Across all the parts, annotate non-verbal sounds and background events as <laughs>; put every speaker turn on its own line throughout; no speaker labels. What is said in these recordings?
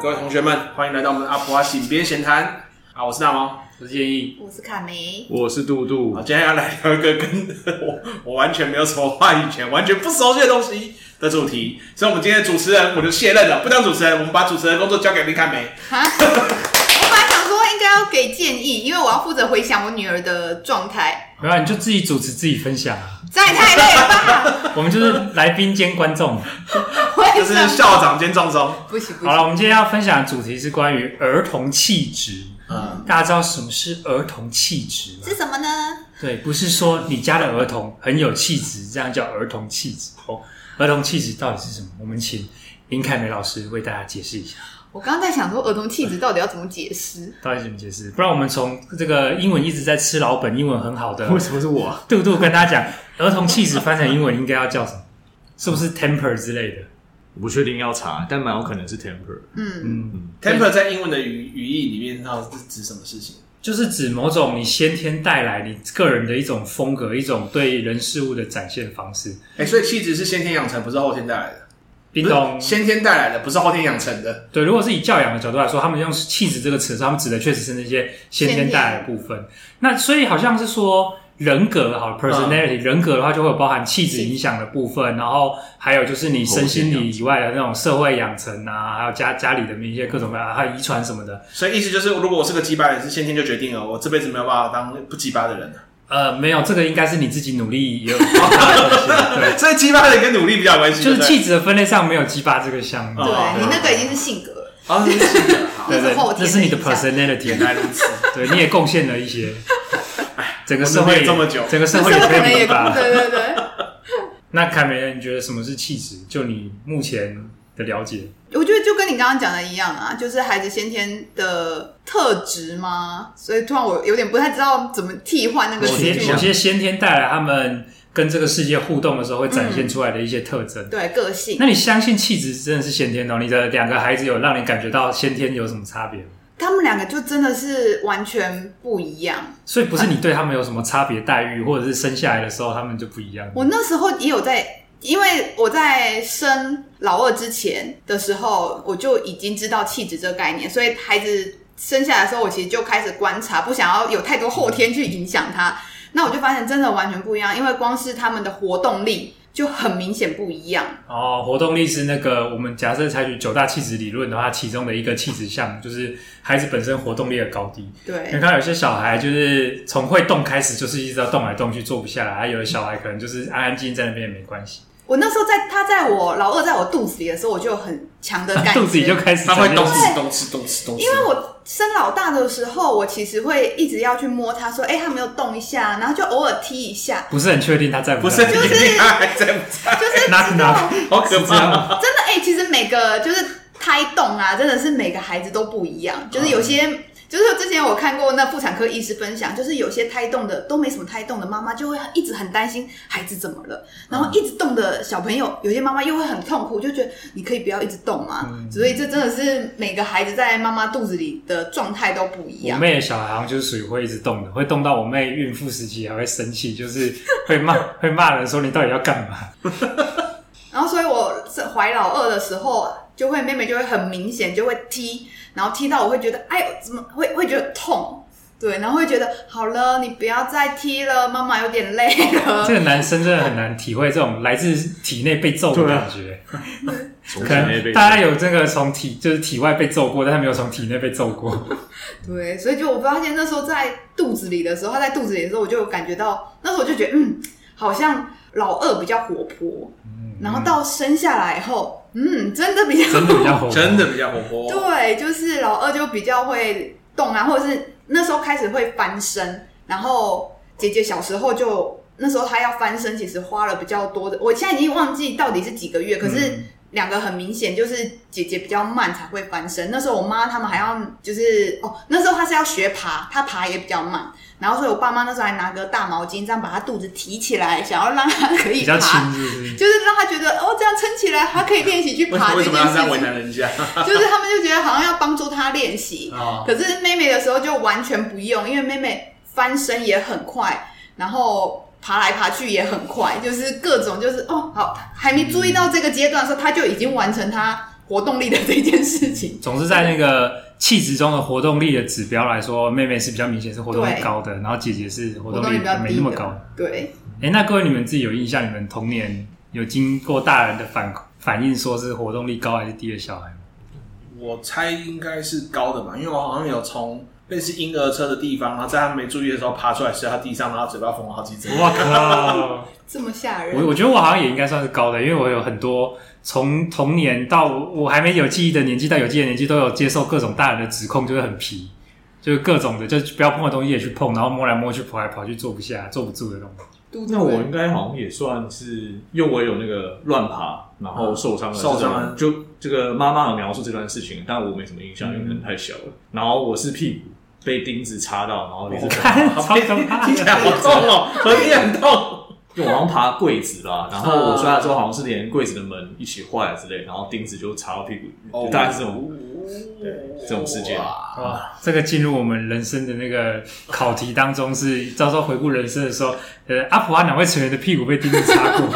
各位同学们，欢迎来到我们的阿普阿井边闲谈啊！我是大毛，我是建议，
我是卡梅，
我是杜杜
好，，今天要来聊一个跟我 <laughs> 我完全没有什么话语权、完全不熟悉的东西的主题，所以我们今天的主持人我就卸任了，不当主持人，我们把主持人的工作交给林凯梅。
哎
哈， <laughs> 我本来想说应该要给建议，因为我要负责回想我女儿的状态，
没有啊，你就自己主持自己分享啊。 <laughs>
这也太累了吧？
我们就是来宾兼观众。
为
就
什
是
么？
校长兼壮中，
不行不
好
行，
了，我们今天要分享的主题是关于儿童气质。
嗯，
大家知道什么是儿童气质吗？
是什么呢？
对，不是说你家的儿童很有气质，这样叫儿童气质哦。儿童气质到底是什么？我们请林凯梅老师为大家解释一下，
我刚刚在想说儿童气质到底要怎么解释？
到底怎么解释？不然我们从这个英文一直在吃老本，英文很好的
为什么是我？
杜杜跟大家讲，儿童气质翻成英文应该要叫什么？是不是 temper 之类的？
我不确定要查，但蛮有可能是 temper。
嗯，
嗯，
Temper 在英文的语语义里面，它是指什么事情？
就是指某种你先天带来你个人的一种风格，一种对人事物的展现方式。
哎、所以气质是先天养成，不是后天带来的。
冰冻
不是先天带来的，不是后天养成的。
对，如果是以教养的角度来说，他们用“气质”这个词，他们指的确实是那些先天带来的部分。那所以好像是说人格
啊
好 personality、人格的话，就会有包含气质影响的部分，然后还有就是你身心理以外的那种社会养成啊，还有家家里的一些各种各样，还有遗传什么的。
所以意思就是，如果我是个鸡巴人，是先天就决定了，我这辈子没有办法当不鸡巴的 <laughs> 人了。
呃，没有，这个应该是你自己努力也有包含的东西。对，
所以鸡巴人跟努力比较有关系，
就是
对不对
气质的分类上没有激发这个项目。
哦
对
对
你那个已经是性
<laughs>
格了，
啊，是气质好，
对
那
对
是后，天
这是你的
影响 <laughs>
personality，
原来如此。
对，你也贡献了一些。整个社
我们
会
没有这么久
整个社会也
这个可能
推
也
你吧。
对对对。
<laughs> 那凯美人，你觉得什么是气质？就你目前的了解，
我觉得就跟你刚刚讲的一样啊，就是孩子先天的特质吗？所以突然我有点不太知道怎么替换那
某
个
些
情
某
绪，
些先天带来他们跟这个世界互动的时候会展现出来的一些特征。
对个性
那。你相信气质真的是先天哦？你的两个孩子有让你感觉到先天有什么差别吗？
他们两个就真的是完全不一样。
所以不是你对他们有什么差别待遇，或者是生下来的时候他们就不一样。
我那时候也有在，因为我在生老二之前的时候，我就已经知道气质这个概念，所以孩子生下来的时候，我其实就开始观察，不想要有太多后天去影响他。 <laughs> 那我就发现真的完全不一样，因为光是他们的活动力就很明显不一样。
哦，活动力是那个我们假设采取九大气质理论的话，其中的一个气质项目就是孩子本身活动力的高低。你
对，
看有些小孩就是从会动开始，就是一直要动来动去，坐不下来；，还啊有的小孩可能就是安安静静在那边也没关 <laughs> 系，
我那时候在他在我老二在我肚子里的时候，我就有很强的感
<laughs>
觉，
肚子里就开始
他会
产
动
生
吃动吃动吃动吃，
因为我生老大的时候，我其实会一直要去摸他，说：“哎、他没有动一下。”然后就偶尔踢一下，
不是很确定他在
不是
在。
你你还在不在？
就是知
Knock
道
knock，
好可
是这
怕！
样
真的哎、其实每个就是胎动啊，真的是每个孩子都不一样，就是有些。就是之前我看过那妇产科医师分享，就是有些胎动的都没什么胎动的妈妈就会一直很担心孩子怎么了，然后一直动的小朋友，有些妈妈又会很痛苦，就觉得你可以不要一直动嘛。所以这真的是每个孩子在妈妈肚子里的状态都不一
我
样。
妹的小孩好像就是属于会一直动的，会动到我妹孕妇时期还会生气，就是会 <laughs> 骂会骂人说你到底要干嘛？
然后所以我是怀老二的时候，就会妹妹就会很明显就会踢，然后踢到我会觉得哎呦怎么会会觉得痛，对，然后会觉得好了，你不要再踢了，妈妈有点累了
<laughs> 这。个男生真的很难体会这种来自体内被揍的
对啊
感觉。
从
可
体内
能
被
大家有这个从体就是体外被揍过，但他没有从体内被揍过。
对，所以就我发现那时候在肚子里的时候，他在肚子里的时候，我就有感觉到，那时候我就觉得嗯，好像老二比较活泼，然后到生下来后，嗯，真的比较
嗯真的比较火，
真的比较活泼，
对，就是老二就比较会动啊，或者是那时候开始会翻身，然后姐姐小时候就那时候她要翻身，其实花了比较多的，我现在已经忘记到底是几个月，可是。
嗯
两个很明显就是姐姐比较慢才会翻身，那时候我妈他们还要就是哦，那时候她是要学爬，她爬也比较慢，然后所以我爸妈那时候还拿个大毛巾这样把她肚子提起来，想要让她可以
比较
爬，
轻，是不是？
就是让她觉得哦这样撑起来，她可以练习去
为
爬
什
这
为什
件事
么要这样为
情。
难人家
<laughs> 就是他们就觉得好像要帮助她练习，
嗯
啊？
可是妹妹的时候就完全不用，因为妹妹翻身也很快，然后爬来爬去也很快，就是各种就是哦，好，还没注意到这个阶段的时候，他就已经完成他活动力的这件事情。
总之，在那个气质中的活动力的指标来说，妹妹是比较明显是活动力
对
高的，然后姐姐是活
活
动
动力
力
比较低
没那么
的
高。
对，
哎，那各位你们自己有印象，你们童年有经过大人的反反应，说是活动力高还是低的小孩吗？
我猜应该是高的吧，因为我好像有从类似婴儿车的地方，然后在他没注意的时候爬出来，摔到地上，然后嘴巴缝了好几针。
我靠！
这么吓人。
我我觉得我好像也应该算是高的，因为我有很多从童年到我还没有记忆的年纪到有记忆的年纪，都有接受各种大人的指控，就是很皮，就是各种的，就是不要碰的东西也去碰，然后摸来摸去、跑来跑去、坐不下、坐不住的那种。
嘟嘟
那我应该好像也算是，因为我有那个乱爬然后受伤的这种、
受伤了
就这个妈妈有描述这段事情，但我没什么印象，因为可能太小了。然后我是屁股被钉子插到，然后
<laughs>
也是
看超可怕
听起来好
的，
痛哦，何必很 <laughs> 痛？
因为我好像爬柜子吧，然后我摔的时候好像是连柜子的门一起坏了之类，然后钉子就插到屁股，
哦
就大概是这种对这种事件。
哇，这个进入我们人生的那个考题当中是，到时候回顾人生的时候，呃，阿普阿哪位成员的屁股被钉子插过？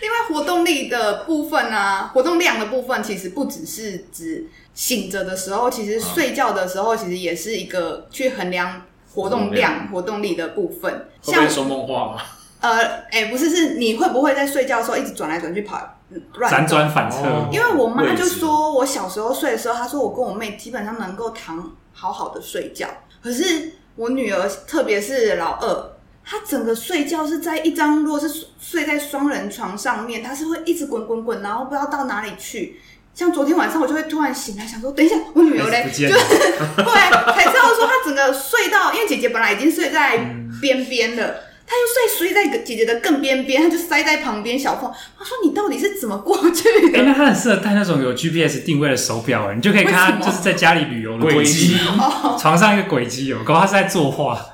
另外活动力的部分啊，活动量的部分其实不只是指醒着的时候，其
嗯
实睡觉的时候其实也是一个去衡量活动量、活动力的部分。
会不
像
会说梦话吗？
呃，哎、不是，是你会不会在睡觉的时候一直转来转去跑嗯乱
辗
走
转反侧，
哦
因为我妈
位
就
置
说，我小时候睡的时候，她说我跟我妹基本上能够躺好好的睡觉，可是我女儿，特别是老二。她整个睡觉是在一张，如果是睡在双人床上面，她是会一直滚滚滚，然后不知道到哪里去。像昨天晚上，我就会突然醒来，想说，等一下，我女儿嘞，
不
就
见
是
了
对，才知道说她整个睡到，因为姐姐本来已经睡在边边了，她又睡睡在姐姐的更边边，她就塞在旁边小缝。我说你到底是怎么过去
哎、
的？
那它很适合戴那种有 GPS 定位的手表，欸你就可以看它
为什么
就是在家里旅游的
轨
迹
迹，
床上一个轨迹有，哦搞不好它是在作画。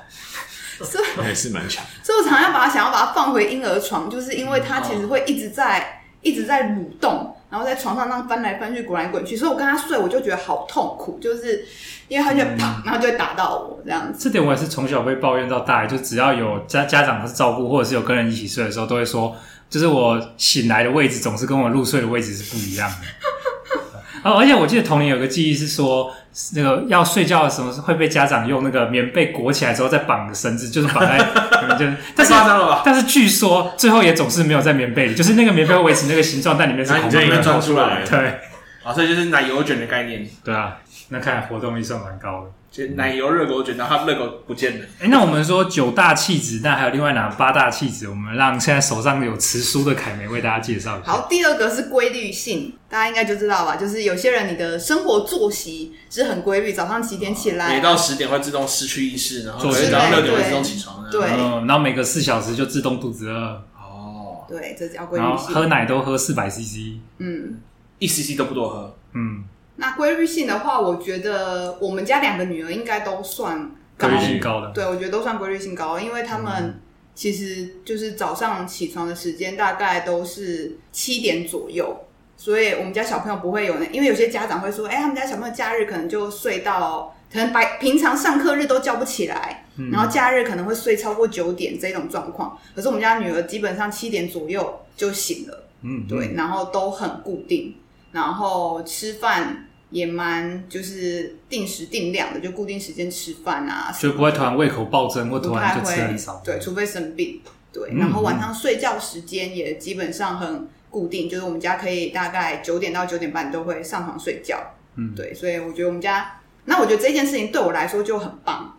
所以
还是蛮强。
所以我常常要把它想要把它放回婴儿床，就是因为它其实会一直在、一直在蠕动，然后在床上那样翻来翻去、滚来滚去。所以我跟它睡，我就觉得好痛苦，就是因为它
嗯
就啪，然后就会打到我这样子。
这点我也是从小被抱怨到大，欸就只要有家家长是照顾，或者是有跟人一起睡的时候，都会说，就是我醒来的位置总是跟我入睡的位置是不一样的。 <laughs> 哦，而且我记得童年有个记忆是说，那个要睡觉的时候是会被家长用那个棉被裹起来之后再绑个绳子，就是绑在，就是，但
太 <laughs>
是
夸张了吧？
但是据说最后也总是没有在棉被里，就是那个棉被会维持那个形状，但里面是
然后
空
你在里面
的。
钻出来，
对
啊，所以就是奶油卷的概念，
对啊，那看来活动力算蛮高的。
就奶油热狗卷，然后它热狗不见了。
哎、那我们说九大气质，那还有另外哪八大气质？我们让现在手上有词书的凯梅为大家介绍一下。
好，第二个是规律性，大家应该就知道吧，就是有些人你的生活作息是很规律，早上几点起
哦
每
来，
到十点会自动失去意识，然后
做
可能
事
早上
对
六点会
对
自动起床的。
对
嗯，然后每隔四小时就自动肚子饿，
哦，
对，这叫规
然后
律性。
喝奶都喝四百 CC。
嗯，
一 cc 都不多喝。
嗯，
那规律性的话，我觉得我们家两个女儿应该都算高
规律性高的。
对，我觉得都算规律性高，因为他们其实就是早上起床的时间大概都是七点左右，所以我们家小朋友不会有那，因为有些家长会说，哎、他们家小朋友假日可能就睡到，可能白平常上课日都叫不起来，
嗯
然后假日可能会睡超过九点这种状况。可是我们家女儿基本上七点左右就醒了，
嗯，
对，然后都很固定，然后吃饭。也蛮就是定时定量的，就固定时间吃饭啊，
就不会突然胃口暴增，或
不
突
太
然
会
就吃很少。
对，除非生病，对。
嗯
然后晚上睡觉时间也基本上很固定，就是我们家可以大概九点到九点半都会上床睡觉，
嗯，
对。所以我觉得我们家，那我觉得这件事情对我来说就很棒，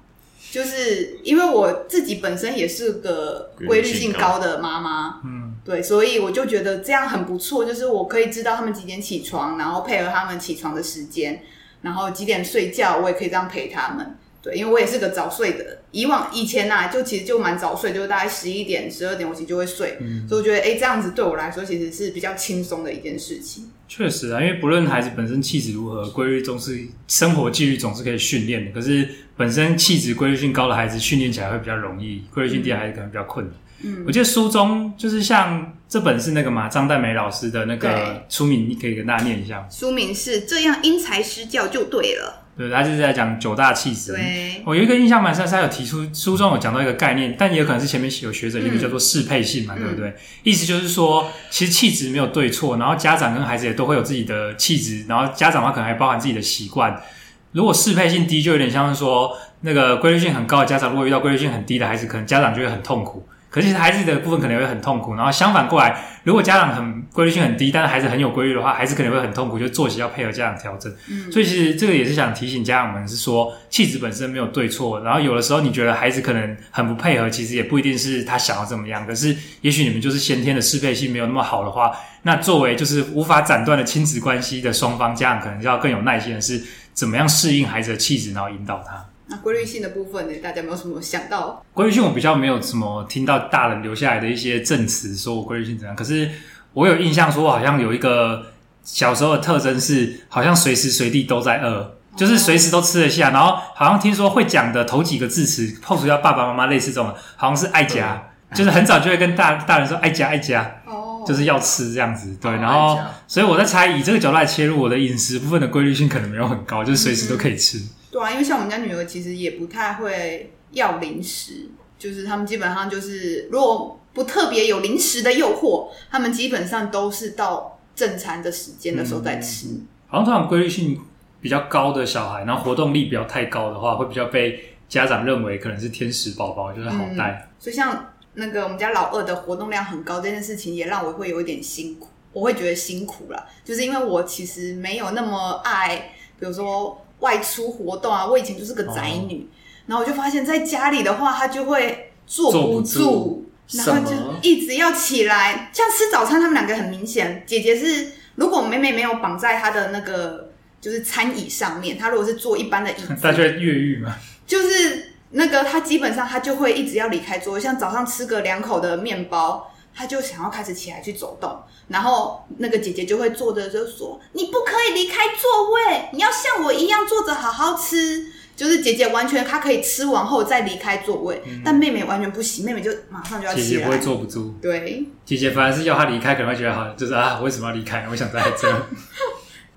就是因为我自己本身也是个规律性高的妈妈，
嗯，
对，所以我就觉得这样很不错，就是我可以知道他们几点起床，然后配合他们起床的时间，然后几点睡觉，我也可以这样陪他们。对，因为我也是个早睡的，以往以前呐、啊，就其实就蛮早睡，就大概十一点、十二点，我其实就会睡，
嗯
所以我觉得哎、诶这样子对我来说其实是比较轻松的一件事情。
确实啊，因为不论孩子本身气质如何，规律总是生活纪律总是可以训练的。可是本身气质规律性高的孩子，训练起来会比较容易；规律性低的孩子可能比较困难。
嗯
我记得书中就是像这本是那个嘛张岱梅老师的那
对
个书名，你可以跟大家念一下吗。
书名是这样因材施教就对了，
对，他就是在讲九大气质。
对，
我有一个印象蛮深，是他有提出书中有讲到一个概念，但也有可能是前面有学者一个叫做适配性嘛，
嗯
对不对？意思就是说，其实气质没有对错，然后家长跟孩子也都会有自己的气质，然后家长的话可能还包含自己的习惯。如果适配性低，就有点像是说那个规律性很高的家长，如果遇到规律性很低的孩子，可能家长就会很痛苦。可是孩子的部分可能会很痛苦，然后相反过来，如果家长很规律性很低，但是孩子很有规律的话，孩子可能会很痛苦，就作息要配合家长调整。
嗯，
所以其实这个也是想提醒家长们，是说气质本身没有对错，然后有的时候你觉得孩子可能很不配合，其实也不一定是他想要怎么样，可是也许你们就是先天的适配性没有那么好的话，那作为就是无法斩断的亲子关系的双方，家长可能就要更有耐心的是怎么样适应孩子的气质，然后引导他。
那规律性的部分呢，大家有没有什么想到？
规律性我比较没有什么听到大人留下来的一些证词，说我规律性怎样。可是我有印象说，我好像有一个小时候的特征是，好像随时随地都在
哦
饿，就是随时都吃得下。然后好像听说会讲的头几个字词，扣除掉爸爸妈妈类似这种，好像是爱家，就是很早就会跟大大人说爱家爱家，
哦，
就是要吃这样子。对，
哦
然后
爱家
所以我在猜，以这个角度来切入，我的饮食部分的规律性可能没有很高，就是随时都可以吃。
对啊，因为像我们家女儿其实也不太会要零食，就是他们基本上就是如果不特别有零食的诱惑，他们基本上都是到正餐的时间的时候再吃。
好像通常规律性比较高的小孩，然后活动力不要太高的话，会比较被家长认为可能是天使宝宝，就是好带。
所以像那个我们家老二的活动量很高这件事情，也让我会有一点辛苦，我会觉得辛苦啦，就是因为我其实没有那么爱，比如说外出活动啊，我以前就是个宅女，
哦
然后我就发现在家里的话，他就会坐
坐不
不
住
然后
什
就
么
一直要起来，像吃早餐，他们两个很明显，姐姐是如果妹妹没有绑在她的那个就是餐椅上面，她如果是坐一般的椅子，
大家会越狱嘛？
就是那个他基本上他就会一直要离开桌，像早上吃个两口的面包，他就想要开始起来去走动，然后那个姐姐就会坐着就说：“你不可以离开座位，你要像我一样坐着好好吃。”就是姐姐完全她可以吃完后再离开座位，但妹妹完全不行，妹妹就马上就要
嗯姐
起
姐不会
来。
坐不住，
对，
姐姐反而是要他离开，可能会觉得好，就是啊，我为什么要离开？我想在这。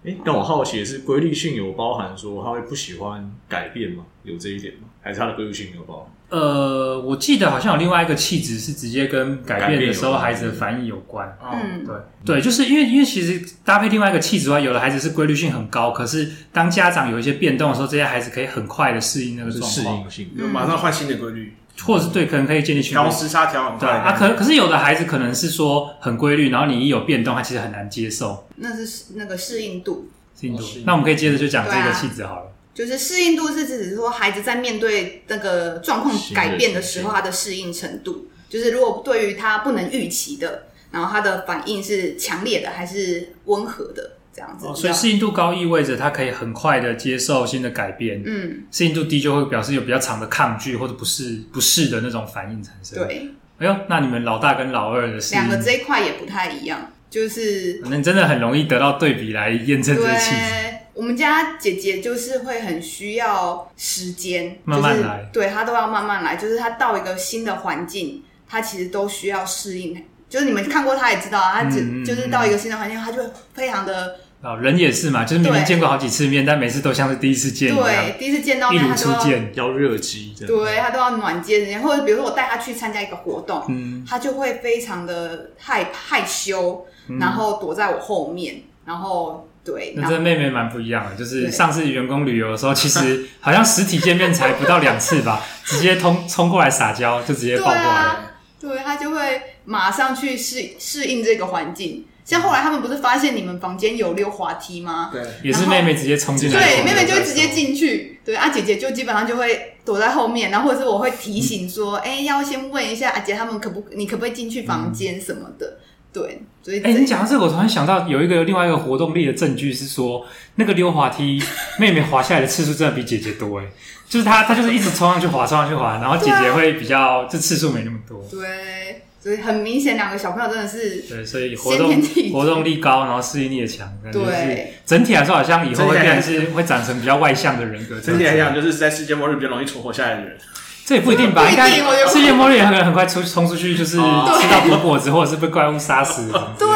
哎，但我好奇的是，规律性有包含说他会不喜欢改变吗？有这一点吗？还是他的规律性没有包含？
呃，我记得好像有另外一个气质是直接跟改变的时候孩子的反应有关。
嗯，
对对，就是因为因为其实搭配另外一个气质的话，有的孩子是规律性很高，可是当家长有一些变动的时候，这些孩子可以很快的适应那个
是
状
适
况，
应性
就马上换新的规律，
或者是对可能可以建立群
嗯调时差调很
对
快。
啊，可可是有的孩子可能是说很规律，然后你一有变动，他其实很难接受。
那是那个适应度。
是印度
哦是
那我们可以接着就讲这
对
个
啊
气质好了。
就是适应度是指说孩子在面对那个状况改变的时候，
是
他的适应程度。就是如果对于他不能预期的，然后他的反应是强烈的还是温和的这样子。
哦所以适应度高意味着他可以很快的接受新的改变，
嗯，
适应度低就会表示有比较长的抗拒或者不适不适的那种反应产生。，
对，
哎呦，那你们老大跟老二的适应
两个这一块也不太一样，就是
可能真的很容易得到对比来验证这个气质。
对，我们家姐姐就是会很需要时间，
慢慢
就是
来
对她都要慢慢来，就是她到一个新的环境，她其实都需要适应。就是你们看过她也知道啊，她只、
嗯嗯嗯
就是到一个新的环境，她就会非常的
老啊人也是嘛，就是明明
对
见过好几次面，但每次都像是第一次见一样，
对，第一次见到
一
面
如
她都
初
要，
见。
要热机这样。
对她都要暖接人家，或者比如说我带她去参加一个活动，
嗯，
他就会非常的害害羞，然后躲在我后面，然后对，
嗯那
然
这
后
妹妹蛮不一样的，就是
对
上次员工旅游的时候，其实 <laughs> 好像实体见面才不到两次吧，直接通冲过来撒娇，就直接抱过
对
来了。
啊，对他就会马上去适适应这个环境。像后来他们不是发现你们房间有溜滑梯吗？
对，
也是妹妹直接冲进来，
对，妹妹就会直接。进去，对啊，姐姐就基本上就会躲在后面，然后或者是我会提醒
嗯
说，哎、要先问一下阿姐他们可不，你可不可以进去房间什么的，对，所以
嗯哎、
这
你讲到这个，我突然想到有一个另外一个活动力的证据是说，那个溜滑梯， <laughs> 妹妹滑下来的次数真的比姐姐多哎，就是她她就是一直冲上去滑，冲上去滑，然后姐姐会比较就次数没那么多，
对，所以很明显两个小朋友真的是
对，所以活
先
动
天体
<laughs>
质
活动力高，然后适应力也强，感觉是
对
整体来说好像以后会
整体
变
来
成是会长成比较外向的人格，
整体来讲，就是在世界末日比较容易存活下来的人。
这也不一定吧？
不一
应
定
该
我觉得不一定
世界末日也可能很快出冲出去，就是
哦
吃到毒果子，或者是被怪物杀死。
对，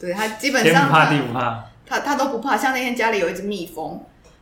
对他基本
天
上
不怕地
他
不怕，
他他都不怕。像那天家里有一只蜜蜂，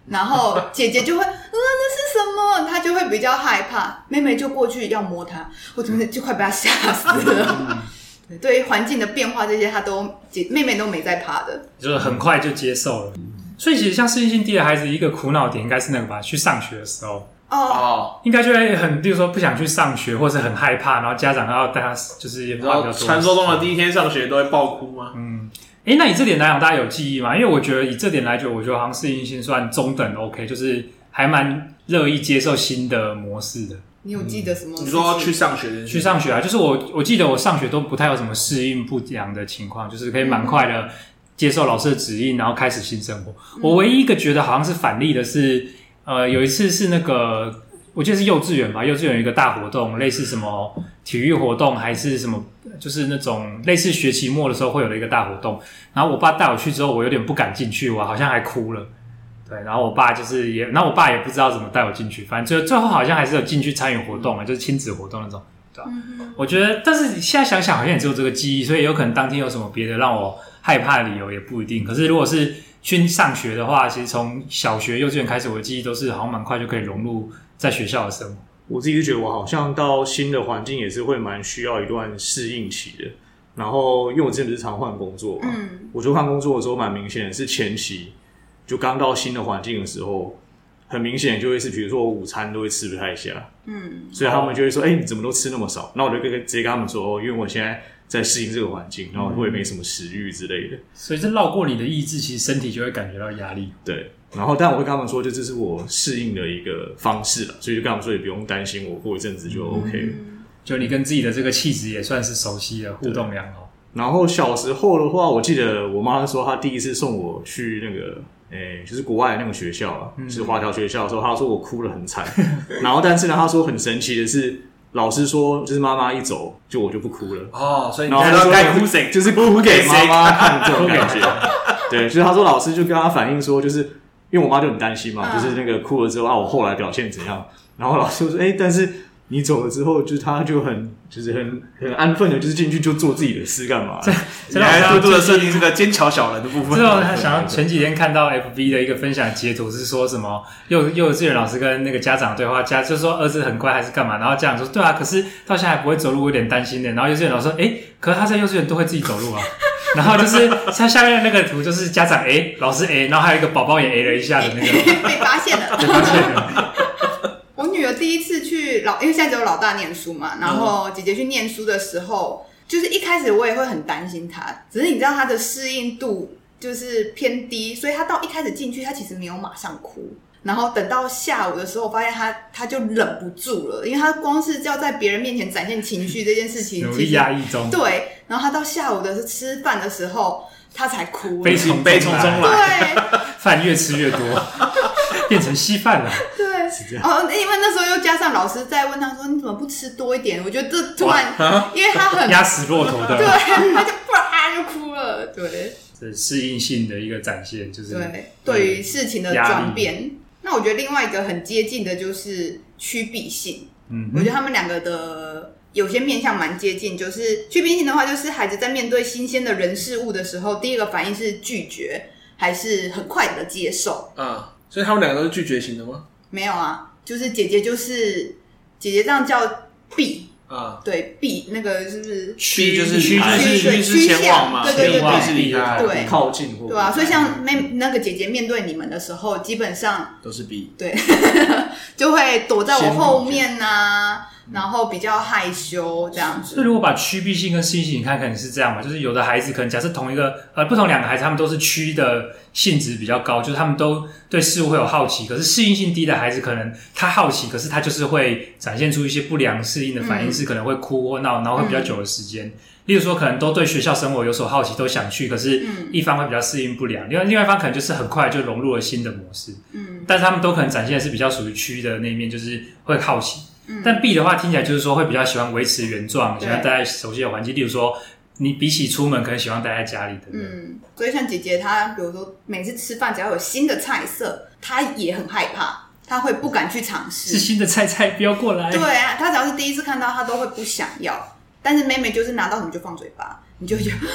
然后姐姐就会，嗯， <laughs> 那是什么？她就会比较害怕，妹妹就过去要摸她，我真的就快被她吓死了。
嗯
对 <laughs> 对于环境的变化这些，她都姐妹妹都没在怕的。
就是很快就接受了。所以其实像适应性低的孩子，一个苦恼点应该是那个吧，去上学的时候，
<laughs> 哦，
哦，
应该就会很，例如说不想去上学，或是很害怕，然后家长要带他，就是也不知
然
道
后传说中的第一天上学都会爆哭吗？
嗯，哎、那以这点来讲，大家有记忆吗？因为我觉得以这点来讲，我觉得好像适应性算中等 OK，就是还蛮乐意接受新的模式的。
你有记得什么？
嗯你说去上学的
去上学啊，就是我我记得我上学都不太有什么适应不良的情况，就是可以蛮快的接受老师的指引，然后开始新生活。我唯一一个觉得好像是反例的是，呃，有一次是那个我记得是幼稚园吧，幼稚园有一个大活动，类似什么体育活动还是什么，就是那种类似学期末的时候会有的一个大活动。然后我爸带我去之后，我有点不敢进去，我好像还哭了。对，然后我爸就是也，然后我爸也不知道怎么带我进去，反正最最后好像还是有进去参与活动啊，就是亲子活动那种。
嗯
我觉得，但是现在想想，好像也只有这个记忆，所以有可能当天有什么别的让我害怕的理由也不一定。可是如果是去上学的话，其实从小学、幼稚园开始，我的记忆都是好像蛮快就可以融入在学校的生活。
我自己是觉得我好像到新的环境也是会蛮需要一段适应期的。然后，因为我之前不是常换工作嘛，
嗯
我觉得换工作的时候蛮明显的，是前期就刚到新的环境的时候，很明显就会是，比如说我午餐都会吃不太下，
嗯
所以他们就会说：“哎、你怎么都吃那么少？”那我就跟直接跟他们说：“哦，因为我现在在适应这个环境，然后会没什么食欲之类的。
所以这绕过你的意志，其实身体就会感觉到压力。
对，然后但我会跟他们说，就这是我适应的一个方式了，所以就跟他们说也不用担心，我过一阵子就
嗯
OK 了。
就你跟自己的这个气质也算是熟悉了，互动良好。
然后小时候的话，我记得我妈说她第一次送我去那个，诶、就是国外的那个学校啊，就是华侨学校的时候，她说我哭得很惨。然后但是呢，她说很神奇的是，老师说就是妈妈一走，就我就不哭了。
哦，所以你
然后
看
她
到
说
该哭谁？
就是哭给妈妈看这种感觉。
<laughs>
对，所以她说老师就跟她反映说，就是因为我妈就很担心嘛，
嗯
就是那个哭了之后啊，我后来表现怎样？然后老师就说，哎、但是你走了之后，就是她就很就是很很安分的，就是进去就做自己的事干嘛？
你还
哎
过度的设定这个坚强小人的部分
之。后他想要前几天看到 FB 的一个分享截图，是说什么幼幼稚园老师跟那个家长对话，家就说儿子很乖还是干嘛，然后家长说对啊，可是到现在还不会走路，我有点担心的。然后幼稚园老师说，哎、可是他在幼稚园都会自己走路啊。 <laughs> 然后就是他下面那个图就是家长 A，老师 A，然后还有一个宝宝也 A 了一下的那个，
<laughs> 被发现了。我女儿第一次去老，因为现在只有老大念书
嗯
嘛，然后姐姐去念书的时候，就是一开始我也会很担心她，只是你知道她的适应度就是偏低，所以她到一开始进去，她其实没有马上哭。然后等到下午的时候，我发现她她就忍不住了，因为她光是要在别人面前展现情绪这件
<laughs>
事情，
努
其
力
实
压抑
<laughs>
中，
对。然后她到下午的是吃饭的时候，她才哭了
悲从
悲从中来
对，
饭越吃越多，变成稀饭了。
对，哦，因为那时候又加上老师在问他说：“你怎么不吃多一点？”我觉得这突然，因为他很
压死骆驼
对，
的
他就啪就哭了。对
这适应性的一个展现，就是
对，对于事情的
压力
转变，那我觉得另外一个很接近的就是趋避性。
嗯
我觉得他们两个的有些面向蛮接近，就是趋避性的话，就是孩子在面对新鲜的人事物的时候，第一个反应是拒绝，还是很快的接受。
嗯，所以他们两个都是拒绝型的吗？
没有啊，就是姐姐就是姐姐这样叫避，
啊，
对避那个是不是？
趋就是
趋
离趋
趋
是前往嘛，
对对对
离避
对
是离开，
对
靠近或
对啊，所以像妹那个姐姐面对你们的时候，基本上
都是 B。
<laughs> 就会躲在我后面呐、然后比较害羞这样
所以
子。
如果把趋避性跟适应性看，可能是这样嘛，就是有的孩子可能假设同一个呃不同两个孩子，他们都是趋的性质比较高，就是他们都对事物会有好奇，可是适应性低的孩子可能他好奇，可是他就是会展现出一些不良适应的反应，
嗯
是可能会哭或闹，然后会比较久的时间。例如说，可能都对学校生活有所好奇，都想去，可是
嗯
一方会比较适应不良，另外另外一方可能就是很快就融入了新的模式。
嗯
但是他们都可能展现的是比较属于区的那一面，就是会好奇。
嗯
但 B 的话听起来就是说会比较喜欢维持原状，喜
对
欢待在熟悉的环境，例如说你比起出门可能喜欢待在家里的。
嗯，所以像姐姐她，比如说每次吃饭只要有新的菜色，她也很害怕，她会不敢去尝
是
试。
新的菜菜，不要过来。
对啊，她只要是第一次看到，她都会不想要。但是妹妹就是拿到你就放嘴巴，你就觉得
<laughs>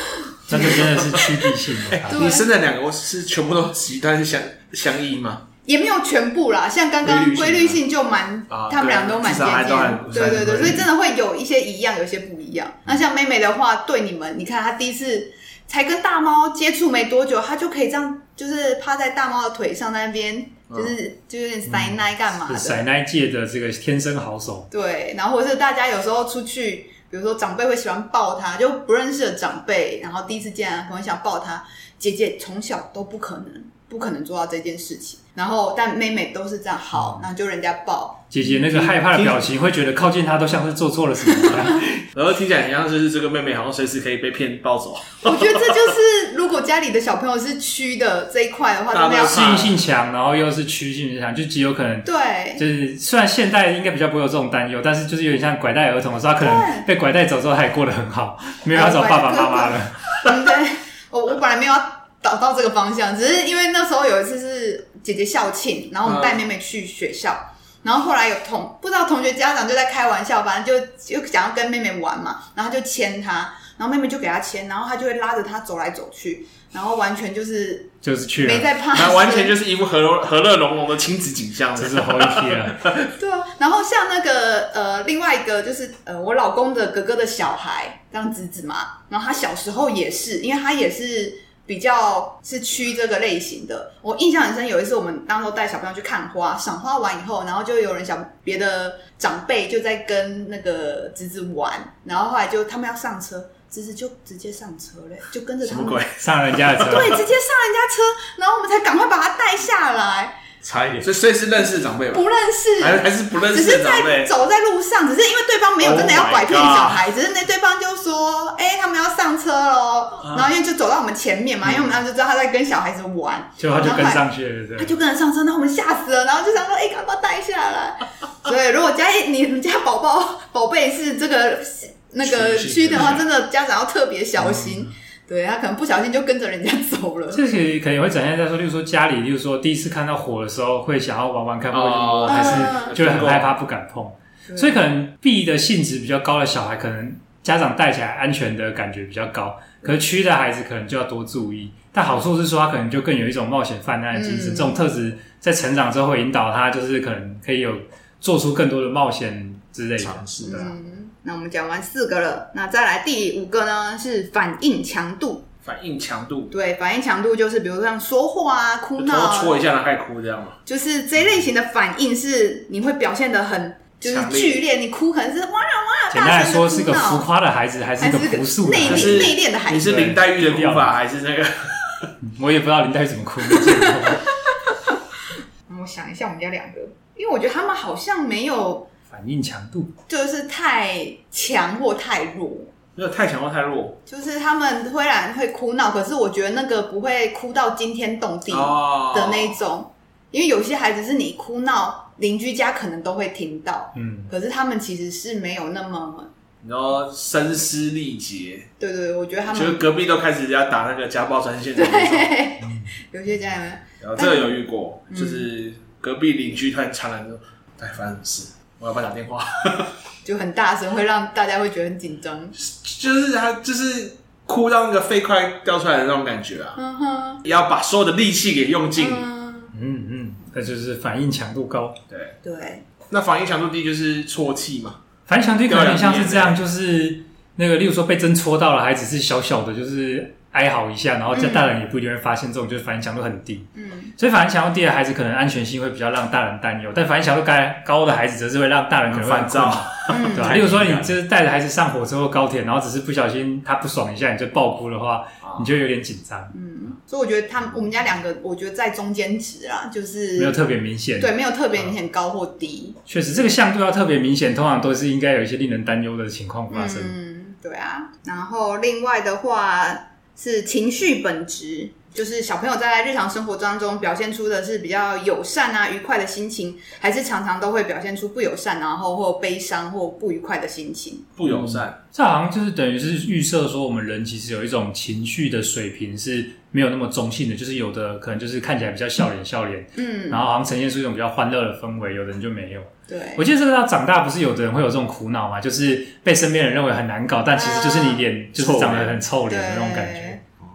那这真的是趋避性的。啊
对
你生的两个是全部都极端相相异吗？
也没有全部啦，像刚刚规
规
律
律性啊
性就蛮
啊，
他们
对
俩都蛮
至
接
少还都还
近，对对对，所以真的会有一些一样，有些不一样。那像妹妹的话，对你们，你看她第一次才跟大猫接触没多久，她就可以这样，就是趴在大猫的腿上那边，
嗯
就是就有点塞奶干嘛
是
的，
塞奈界的这个天生好手，
对。然后或者是大家有时候出去，比如说长辈会喜欢抱她，就不认识的长辈，然后第一次见啊，可能想抱她，姐姐从小都不可能，不可能做到这件事情。然后但妹妹都是这样，
嗯
好，那就人家抱。
姐姐那
嗯
个害怕的表情，会觉得靠近她都像是做错了什么一
<laughs>
样。
然后听起来很像就是这个妹妹好像随时可以被骗抱走，
我觉得这就是，如果家里的小朋友是区的这一块的话，
大
真的要
家
适应性强，然后又是趋性强，就极有可能。
对
就是虽然现代应该比较不会有这种担忧，但是就是有点像拐带儿童的时候，他可能被拐带走之后，他也过得很好，没有要找爸爸妈妈了。
对。我我本来没有要导到这个方向，只是因为那时候有一次是姐姐校庆，然后我
嗯
们带妹妹去学校，然后后来有同不知道同学家长就在开玩笑，反正就就想要跟妹妹玩嘛，然后就牵她，然后妹妹就给她牵，然后她就会拉着她走来走去，然后完全就是
就是去
没
了，
在怕
那
事，
完全就是一副和乐 <laughs> 和乐融融的亲子景象，
这是 Holy 了。
对啊，然后像那个呃，另外一个就是呃，我老公的哥哥的小孩，这样子子嘛，然后他小时候也是，因为他也是比较是区这个类型的。我印象很深，有一次我们当时带小朋友去看花，赏花完以后，然后就有人想别的长辈就在跟那个侄子玩，然后后来就他们要上车，侄子就直接上车嘞，就跟着
什
他
么
们。
鬼？
上人家的车，
对，直接上人家车，然后我们才赶快把他带下来。
差一点。
所以所以是认识长辈吧？
不认识，
还还是不认
只
识
是
的长
在
辈？
走在路上，只是因为对方没
Oh
有真的要拐骗小孩只是那对方就说：“哎、他们要上车喽。
啊
然后因为就走到我们前面嘛，因为我们当时就知道他在跟小孩子玩，
结果他嗯就跟上去了，对
他
不对。
就跟着上车，然后我们吓死了，然后就想说：“哎、赶快带下来。”所以如果家里你们家宝宝宝贝是这个那个区的话，真的家长要特别小心，
嗯
对他可能不小心就跟着人家走了。
这些可能也会展现在说，例如说家里，例如说第一次看到火的时候，会想要玩玩看，或者摸，
哦
还是
嗯
就会很害怕不敢碰。所以可能 B 的性质比较高的小孩，可能家长带起来安全的感觉比较高，可是区的孩子可能就要多注意。但好处是说，他可能就更有一种冒险犯难的精神，
嗯
这种特质在成长之后会引导他，就是可能可以有做出更多的冒险之类的
尝试
对啊
嗯，那我们讲完四个了，那再来第五个呢是反应强度。
反应强度，
对，反应强度就是比如说像说话啊、哭
头
闹啊，
戳一下然后开始哭这样嘛？
就是这一类型的反应是你会表现的很就是
强烈
剧烈，你哭可能是哇哇
简单
大
来
声
说，
的
是
哭
个浮
闹，
夸的孩子，还是
还
一个
是
朴素的
内
孩
就
子？
敛
是
内敛的孩
你
子。
是林黛玉的哭法还是那个？ <laughs>
我也不知道林黛玉怎么哭。 <laughs>
嗯我想一下，我们家两个，因为我觉得他们好像没有
反应强度，
就是太强或太弱，
没有太强或太弱
就是他们虽然会哭闹，可是我觉得那个不会哭到惊天动地
哦
的那一种，因为有些孩子是你哭闹，邻居家可能都会听到，
嗯，
可是他们其实是没有那么。
然后声嘶力竭，
对对，对我觉得他
就是
们
隔壁都开始要打那个家暴专线的那种。
对， <laughs> 有些家人
然后这个有遇过，
嗯
就是隔壁邻居突然传来说：“哎，发生什么事？我要不要打电话 <laughs>
就很大声，会让大家会觉得很紧张。？”
就是他就是哭到那个肺快掉出来的那种感觉啊，
嗯哼，
要把所有的力气给用尽。
嗯，
嗯嗯，那就是反应强度高。
对，
对，
那防疫强度低就是啜泣嘛，
反应强度可能有点像是这样，就是那个，例如说被针戳到了，还只是小小的，就是哀嚎一下，然后这
嗯
大人也不一定会发现，这种就是反应强度很低。
嗯，
所以反应强度低的孩子可能安全性会比较让大人担忧，但反应强度高高的孩子则是会让大人可能会
烦
很困
躁
扰。。
嗯
对吧、啊
太
例如说，
敏
你
感
就是带着孩子上火车或高铁，然后只是不小心他不爽一下，你就爆哭的话，你就有点紧张，
所以我觉得他们我们家两个，我觉得在中间值啦，就
没有
是
特别明显。
对，没有特别明显高或低。
确实，这个向度要特别明显，通常都是应该有一些令人担忧的情况发生。
嗯，对啊。然后另外的话是情绪本质，就是小朋友在日常生活当中表现出的是比较友善啊、愉快的心情，还是常常都会表现出不友善，然后或悲伤或不愉快的心情。
不友善，
这好像就是等于是预设说，我们人其实有一种情绪的水平是没有那么中性的，就是有的可能就是看起来比较笑脸笑脸，
嗯，
然后好像呈现出一种比较欢乐的氛围，有的人就没有。
对
我，记得这个到长大不是有的人会有这种苦恼嘛，就是被身边人认为很难搞，但其实就是你脸就是长得很臭脸的那种感觉。哦
啊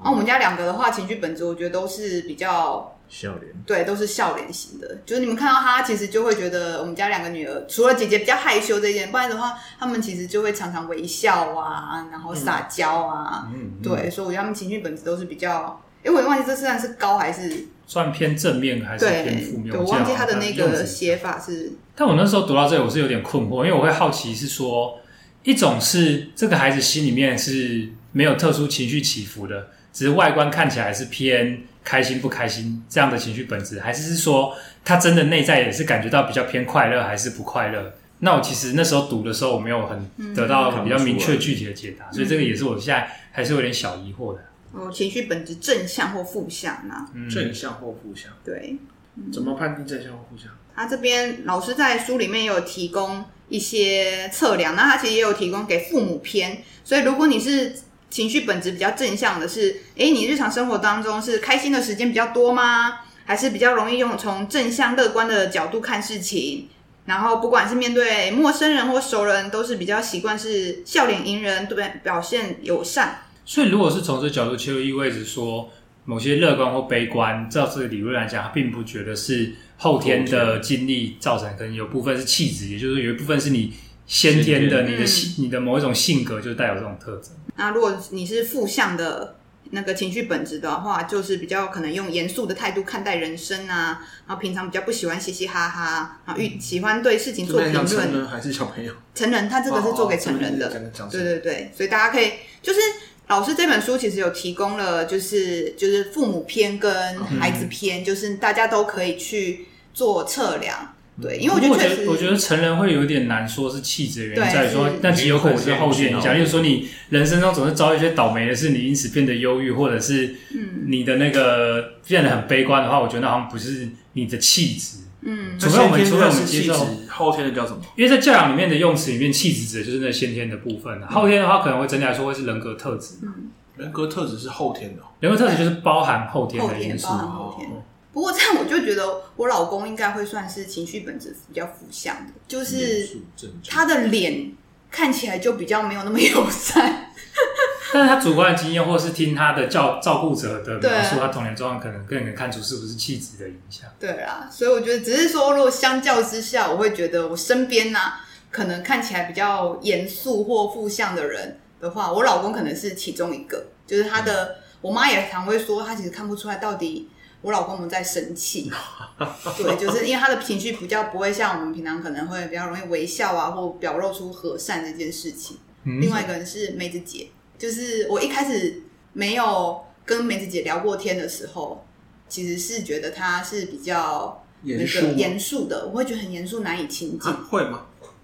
那、我们家两个的话，情绪本质我觉得都是比较
笑脸，
对，都是笑脸型的。就是你们看到她，其实就会觉得哦我们家两个女儿，除了姐姐比较害羞这一点，不然的话，她们其实就会常常微笑啊，然后撒娇啊，
嗯，
对，所以我觉得她们情绪本质都是比较，哎、我也忘记这算是高还是
算偏正面还是偏
对
负，面？
对我
记得
忘记她的
好像
那
用
个
词
写法是，
但我那时候读到这里，我是有点困惑，因为我会好奇是说，一种是这个孩子心里面是没有特殊情绪起伏的，只是外观看起来是偏开心不开心这样的情绪本质，还是是说他真的内在也是感觉到比较偏快乐还是不快乐？那我其实那时候读的时候，我没有很得到比较明确具体的解答，所以这个也是我现在还是有点小疑惑的。
哦，情绪本质正向或负向啊，
嗯，
正向或负向，
对。嗯
怎么判定正向或负向？
他这边老师在书里面也有提供一些测量，那他其实也有提供给父母篇，所以如果你是情绪本质比较正向的是，诶，你日常生活当中是开心的时间比较多吗？还是比较容易用从正向乐观的角度看事情？然后不管是面对陌生人或熟人，都是比较习惯是笑脸迎人，对表现友善。
所以，如果是从这角度切入，意味着说，某些乐观或悲观，照这个理论来讲，他并不觉得是后天的经历造成，可能有部分是气质，也就是说有一部分是你先天的，
嗯
先天
你的性、你的某一种性格就带有这种特征。
那如果你是负向的那个情绪本质的话，就是比较可能用严肃的态度看待人生啊，然后平常比较不喜欢嘻嘻哈哈，然
嗯
后遇喜欢对事情做评
像成
论。
人还是小朋友？哦
成人他这个是做给成
哦
人的，对对对，所以大家可以就是老师这本书其实有提供了，就是就是父母篇跟
嗯
孩子篇，就是大家都可以去做测量。对，因为我觉
不过
得确实，
我觉得成人会有点难说是气质的原因
对
在于说
是，
但其实有可能是后天影
后天
响。例如说，你人生中总是遭一些倒霉的事，你因此变得忧郁，或者是
嗯
你的那个变得很悲观的话，我觉得那好像不是你的气质。
嗯，
除非我们除非我们接
气
受
质，后天的叫什么？
因为在教养里面的用词里面，气质指的就是那先天的部
嗯
分，啊后天的话可能会整体来说会是人格特质。
人格特质是后天的哦，
人格特质就是包含后天
后
的因
天
素哦
包。含后天。不过这样我就觉得我老公应该会算是情绪本质比较负向的，就是
正
他的脸看起来就比较没有那么友善。
但是他主观的经验，或是听他的照照顾者的
对
描述，他童年状况可能更能看出是不是气质的影响。
对啦，所以我觉得只是说，如果相较之下，我会觉得我身边呐、可能看起来比较严肃或负向的人的话，我老公可能是其中一个。就是他的，我妈也常会说，她其实看不出来到底我老公有没有在生气。对，就是因为他的情绪比较不会像我们平常可能会比较容易微笑啊，或表露出和善这件事情。
嗯
另外一个人是梅子姐，就是我一开始没有跟梅子姐聊过天的时候，其实是觉得她是比较那
严肃
个
吗
严肃的，我会觉得很严肃，难以亲近。
啊会吗？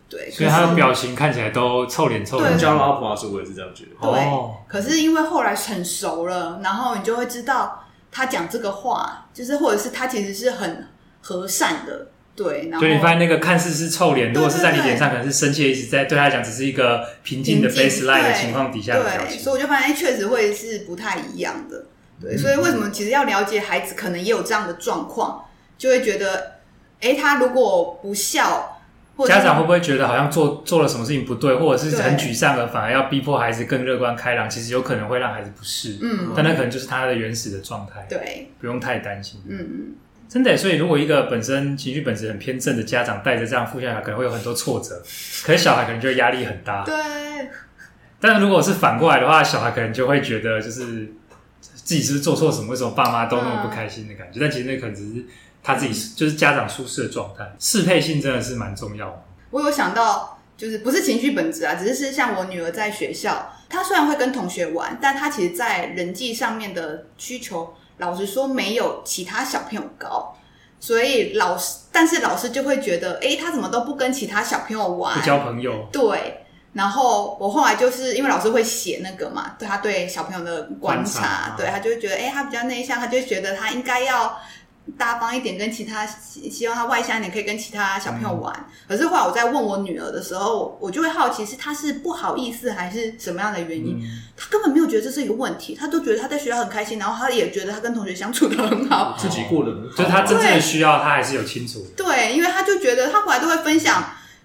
对，
所以他
可
的
是
表情看起来都臭脸臭
对
脸。
教了阿普老师，我也是这样觉得。
对、
哦
可是因为后来很熟了，然后你就会知道他讲这个话，就是或者是他其实是很和善的，对，然后
所以你发现那个看似是臭脸，
对
如果是在你
对对
脸上，可能是生气的意思，在对他来讲只是一个平静的
平静
baseline 的
嗯对
情况底下的表
对，
情。嗯
所以我就发现确实会是不太一样的。对，所以为什么其实要了解孩子可能也有这样的状况，就会觉得，哎，他如果不笑，或者
家
是
长会不会觉得好像做做了什么事情不对，或者是很
对
沮丧了，反而要逼迫孩子更乐观开朗？其实有可能会让孩子不适，
嗯，
但那可能就是他的原始的状态，
对，
不用太担心。
嗯，
真的耶，所以如果一个本身情绪本质很偏正的家长带着这样负向，可能会有很多挫
<laughs>
折，可是小孩可能就会压力很大。
对，
但如果是反过来的话，小孩可能就会觉得就是自己是不是做错什么，为什么爸妈都那么不开心的感觉？
嗯
但其实那可能只是他自己就是家长舒适的状态，适配性真的是蛮重要的。
我有想到，就是不是情绪本质啊，只是是像我女儿在学校，她虽然会跟同学玩，但她其实在人际上面的需求，老实说没有其他小朋友高。所以老师，但是老师就会觉得，哎，她怎么都不跟其他小朋友玩
不，交朋友，
对，然后我后来就是因为老师会写那个嘛，对他对小朋友的观察，
观察
对他就会觉得，哎、他比较内向，他就会觉得他应该要大方一点，跟其他希希望他外向一点，可以跟其他小朋友玩。可是后来我在问我女儿的时候，我就会好奇是她是不好意思还是什么样的原因，她根本没有觉得这是一个问题，她都觉得她在学校很开心，然后她也觉得她跟同学相处的很好，
自己过得很好，
哦就是他真正的需要，他还是有清楚。
对，因为他就觉得他回来都会分享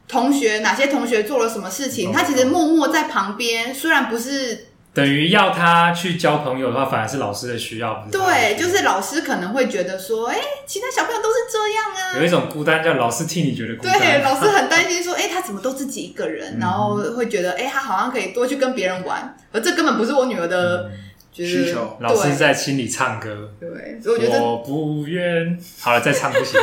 同学哪些同学做了什么事情，
懂
他其实默默在旁边，虽然不是
等于要他去交朋友的话，反而是老师的需要，不是他的需
对，
要
就是老师可能会觉得说，哎、其他小朋友都是这样啊，
有一种孤单，叫老师替你觉得孤
对，
单。
<laughs> 老师很担心说，哎、他怎么都自己一个人，然后会觉得，哎、他好像可以多去跟别人玩，而这根本不是我女儿的，就是
需求
老师
对
在心里唱歌，
对，所以我觉得，
我不愿。好了，再唱不
<laughs>
行。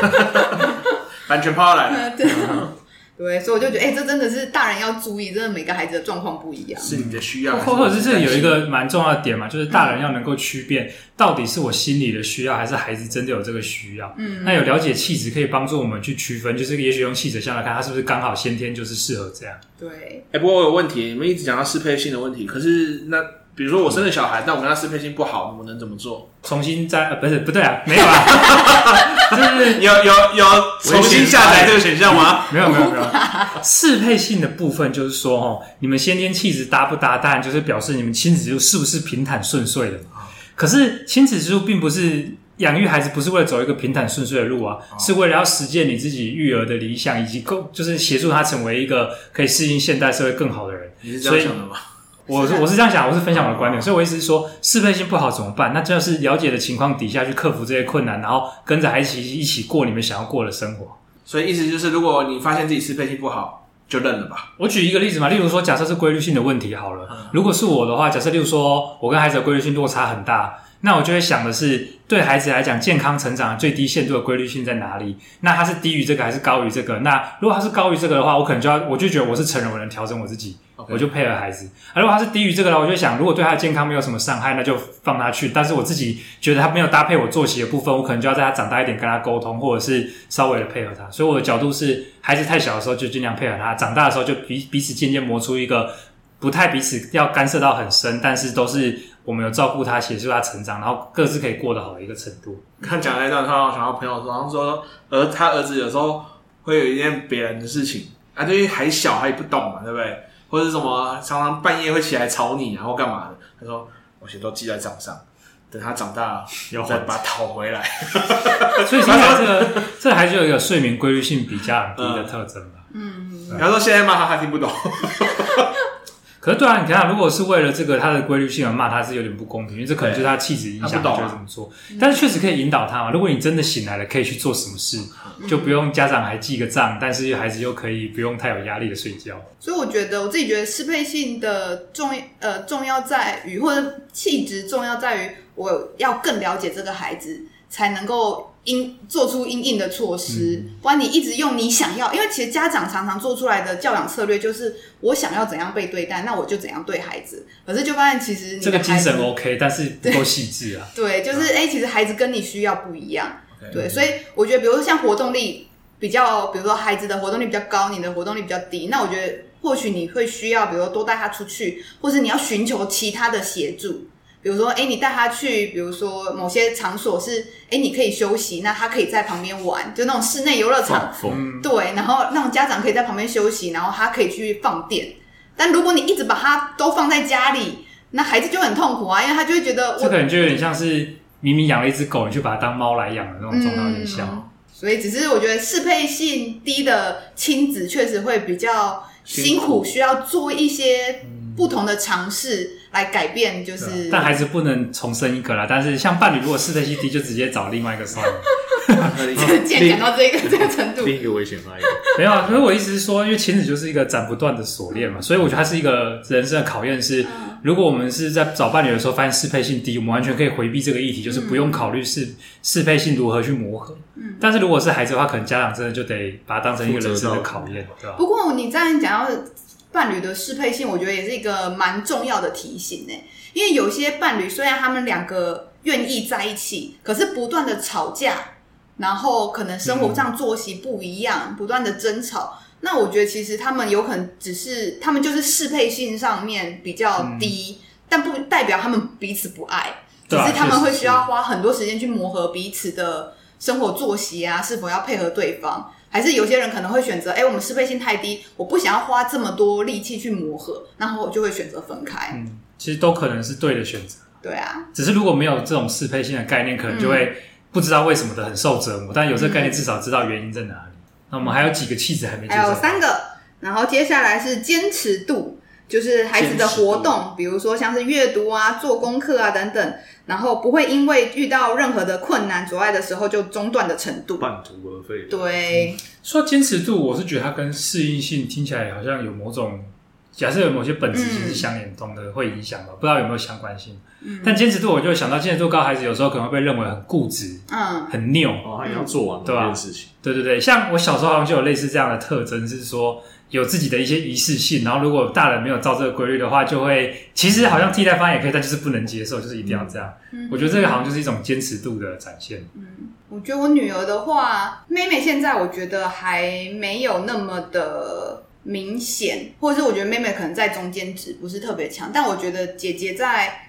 版权抛来了，
呃 <laughs> 对，对，所以我就觉得，哎、这真的是大人要注意，真的每个孩子的状况不一样。
是你的需要，
或或者是这里有一个蛮重要的点嘛，就是大人要能够区辨到底是我心里的需要，还是孩子真的有这个需要。
嗯
那有了解气质可以帮助我们去区分，就是也许用气质上来看，他是不是刚好先天就是适合这样。
对，
哎、不过我有问题，你们一直讲到适配性的问题，可是那比如说我生了小孩，但我跟他适配性不好，我能怎么做？
重新再、呃、不是不对啊，没有
<laughs>
啊，就是
有有有重新下载这个选项吗？
没有没有没有。适配性的部分就是说，哦，你们先天气质搭不搭，当然就是表示你们亲子之路是不是平坦顺遂的嘛。可是亲子之路并不是养育孩子，不是为了走一个平坦顺遂的路啊，是为了要实践你自己育儿的理想，以及够就是协助他成为一个可以适应现代社会更好的人。
你是这样想的吗？
我是我是这样想，我是分享我的观点，所以我意思是说，适配性不好怎么办？那就是了解的情况底下去克服这些困难，然后跟着孩子一起一起过你们想要过的生活。
所以意思就是，如果你发现自己适配性不好，就认了吧。
我举一个例子嘛，例如说，假设是规律性的问题好了，如果是我的话，假设例如说我跟孩子的规律性落差很大，那我就会想的是，对孩子来讲，健康成长的最低限度的规律性在哪里？那它是低于这个还是高于这个？那如果它是高于这个的话，我可能就要我就觉得我是成人，我能调整我自己
OK
我就配合孩子。而如果它是低于这个的话，我就想，如果对他的健康没有什么伤害，那就放他去。但是我自己觉得他没有搭配我作息的部分，我可能就要在他长大一点跟他沟通，或者是稍微的配合他。所以我的角度是，孩子太小的时候就尽量配合他，长大的时候就彼彼此渐渐磨出一个不太彼此要干涉到很深，但是都是我们有照顾他、协助他成长，然后各自可以过得好的一个程度。
看讲那段，突然我想到朋友说，好像说儿他儿子有时候会有一件别人的事情，啊，对于还小，他也不懂嘛，对不对？或者是什么常常半夜会起来吵你，然后干嘛的？他说我先都记在账上，等他长大了
要还
再把它讨回来。
呃所以现在这个这还是有一个睡眠规律性比较低的特征吧。
嗯，
然后说现在骂他，他听不懂。
可是对啊，你看，如果是为了这个他的规律性而骂他，是有点不公平，因为这可能就是他气质影
他
响，
不懂啊
就会这么做。但是确实可以引导他嘛。如果你真的醒来了，可以去做什么事，就不用家长还记个账，但是孩子又可以不用太有压力的睡觉。
所以我觉得我自己觉得适配性的重呃重要在于，或者气质重要在于，我要更了解这个孩子，才能够因做出因应的措施。
嗯
不然你一直用你想要，因为其实家长常常做出来的教养策略就是我想要怎样被对待，那我就怎样对孩子。可是就发现其实你
这
的
个精
孩子
神 OK，但是不够细致啊。
对，就是哎、诶其实孩子跟你需要不一样。
OK
对，所以我觉得，比如说像活动力比较，比如说孩子的活动力比较高，你的活动力比较低，那我觉得或许你会需要，比如说多带他出去，或是你要寻求其他的协助。比如说，哎、你带他去，比如说某些场所是，哎、你可以休息，那他可以在旁边玩，就那种室内游乐场，
嗯
嗯
疯，
对，然后让家长可以在旁边休息，然后他可以去放电。但如果你一直把他都放在家里，那孩子就很痛苦啊，因为他就会觉得
这
我
可能就有点像是明明养了一只狗，你去把它当猫来养的那种状态，有点像。
所以只是我觉得适配性低的亲子确实会比较辛
辛苦
苦，需要做一些不同的尝试来改变，就
对啊
是
但孩子不能重生一个啦。但是像伴侣，如果适配性低，就直接找另外一个算了。
竟然讲
<laughs>
到这个这个程度，
另一个危险发言。
没有啊，所以我意思是说，因为亲子就是一个斩不断的锁链嘛，所以我觉得它是一个人生的考验是。如果我们是在找伴侣的时候发现适配性低，我们完全可以回避这个议题，就是不用考虑适适配性如何去磨合。嗯，但是如果是孩子的话，可能家长真的就得把它当成一个人生的考验，对吧、
不过你这样讲到伴侣的适配性，我觉得也是一个蛮重要的提醒呢、欸因为有些伴侣虽然他们两个愿意在一起，可是不断的吵架，然后可能生活
嗯
上作息不一样，不断的争吵。那我觉得其实他们有可能只是他们就是适配性上面比较低，但不代表他们彼此不爱，
嗯
只
对啊
是他们会
确实
需要花很多时间去磨合彼此的生活作息啊，是否要配合对方，还是有些人可能会选择，哎、我们适配性太低，我不想要花这么多力气去磨合，然后我就会选择分开。
嗯，其实都可能是对的选择，
对啊，
只是如果没有这种适配性的概念，可能就会不知道为什么的很受折磨。但有这个概念，至少知道原因在嗯哪里。那我们还有几个气质还没介
还
绍，
有三个，然后接下来是坚持度。就是孩子的活
坚
动，比如说像是阅读啊、做功课啊等等，然后不会因为遇到任何的困难阻碍的时候就中断的程度。
半途而废。
对，
说到坚持度，我是觉得它跟适应性听起来好像有某种，假设有某些本质其实是相连通的，会影响吧，不知道有没有相关性。
嗯
但坚持度，我就想到坚持度高的孩子有时候可能会被认为很固执、
嗯
很拗。
哦，他也要做
嗯
完每
对啊
件事情。
对对对，像我小时候好像就有类似这样的特征，是说有自己的一些仪式性，然后如果大人没有照这个规律的话，就会其实好像替代方案也可以，但就是不能接受，就是一定要这样。
嗯
我觉得这个好像就是一种坚持度的展现。
我觉得我女儿的话，妹妹现在我觉得还没有那么的明显，或者是我觉得妹妹可能在中间值不是特别强，但我觉得姐姐在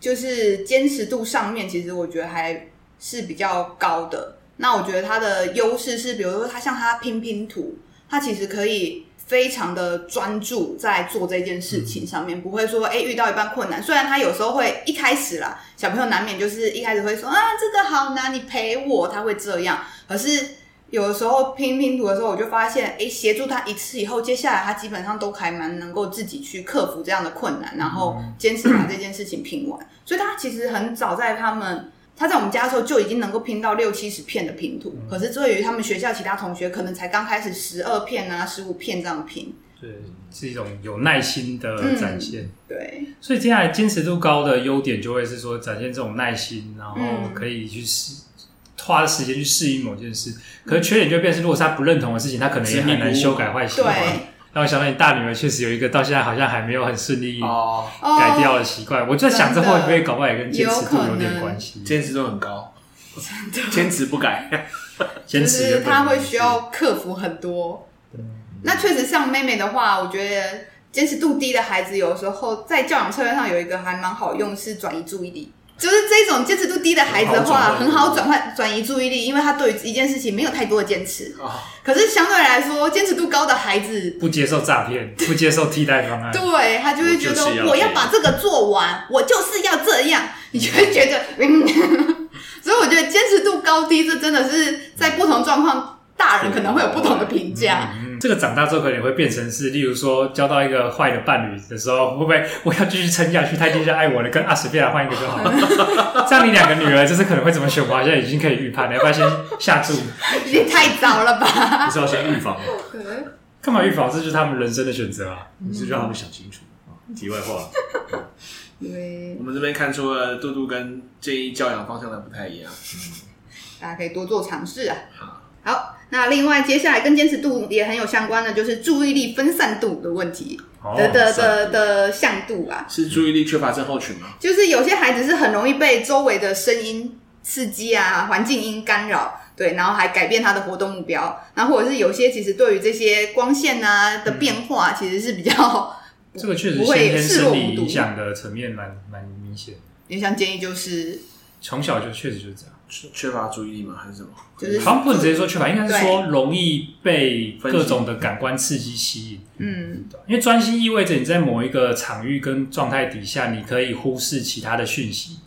就是坚持度上面，其实我觉得还是比较高的。那我觉得她的优势是，比如说她像她拼拼图，她其实可以非常的专注在做这件事情上面，不会说哎、诶遇到一半困难，虽然她有时候会一开始啦，小朋友难免就是一开始会说啊这个好难，你陪我，他会这样，可是。有的时候拼拼图的时候，我就发现，哎，协助他一次以后，接下来他基本上都还蛮能够自己去克服这样的困难，然后坚持把这件事情拼完。所以他其实很早在他们他在我们家的时候就已经能够拼到六七十片的拼图，可是对于他们学校其他同学，可能才刚开始十二片啊、十五片这样拼。
对，是一种有耐心的展现。
对，
所以接下来坚持度高的优点就会是说展现这种耐心，然
嗯
后可以去适、花时间去适应某件事。可是缺点就变成，如果是他不认同的事情，他可能也很难修改坏习惯。
对
让我想到你大女儿确实有一个到现在好像还没有很顺利
哦，
哦
改掉的习惯，我就在想这会不会搞不好也跟坚持度
哦真的
有点关系？
坚持度很高，坚持不改， <laughs>
坚
就
持
是他会需
原本的
要克服很多。那确实，像妹妹的话，我觉得坚持度低的孩子，有时候在教养策略上有一个还蛮好用，是转移注意力。就是这种坚持度低的孩子的话，很
很
好
好
转换转移注意力，因为他对于一件事情没有太多的坚持。
哦
啊
可是相对来说，坚持度高的孩子
不接受诈骗，不接受替代方案。
对他就会觉
我就是
得
要
我要把这个做完，我就是要这样， <laughs> 你就会觉得，嗯， <laughs> 所以我觉得坚持度高低，这真的是在不同状况，大人可能会有不同的评价。
嗯这个长大之后可能也会变成是，例如说交到一个坏的伴侣的时候，会不会 <laughs> 我要继续撑下去？他就是爱我了，跟啊随便来换一个就好
<laughs>
了。这样你两个女儿就是可能会怎么选，我好像已经可以预判了。要不要先下注？
也太早了吧？
你是要先预防，
干嘛预防？这就是他们人生的选择啊。
嗯
你是让他们想清楚。啊题
<laughs>
外话，
对，
我们这边看出了杜杜跟建议教养方向的不太一样。
大家可以多做尝试啊。好，那另外接下来跟坚持度也很有相关的，就是注意力分散度的问题
哦
的的的的向度啊。
是注意力缺乏症候群吗？
就是有些孩子是很容易被周围的声音刺激啊、环境音干扰，对，然后还改变他的活动目标。然后或者是有些其实对于这些光线啊的变化，其实是比较 <laughs>
这个确实
不会
先天
视
生
若
理
无睹
影。响的层面蛮蛮明显的，
也想建议就是
从小就确实就是这样。
缺缺乏注意力吗？还是什么？
就是
好像不能直接说缺乏，应该是说容易被各种的感官刺激吸引。
嗯
因为专心意味着你在某一个场域跟状态底下，你可以忽视其他的讯息。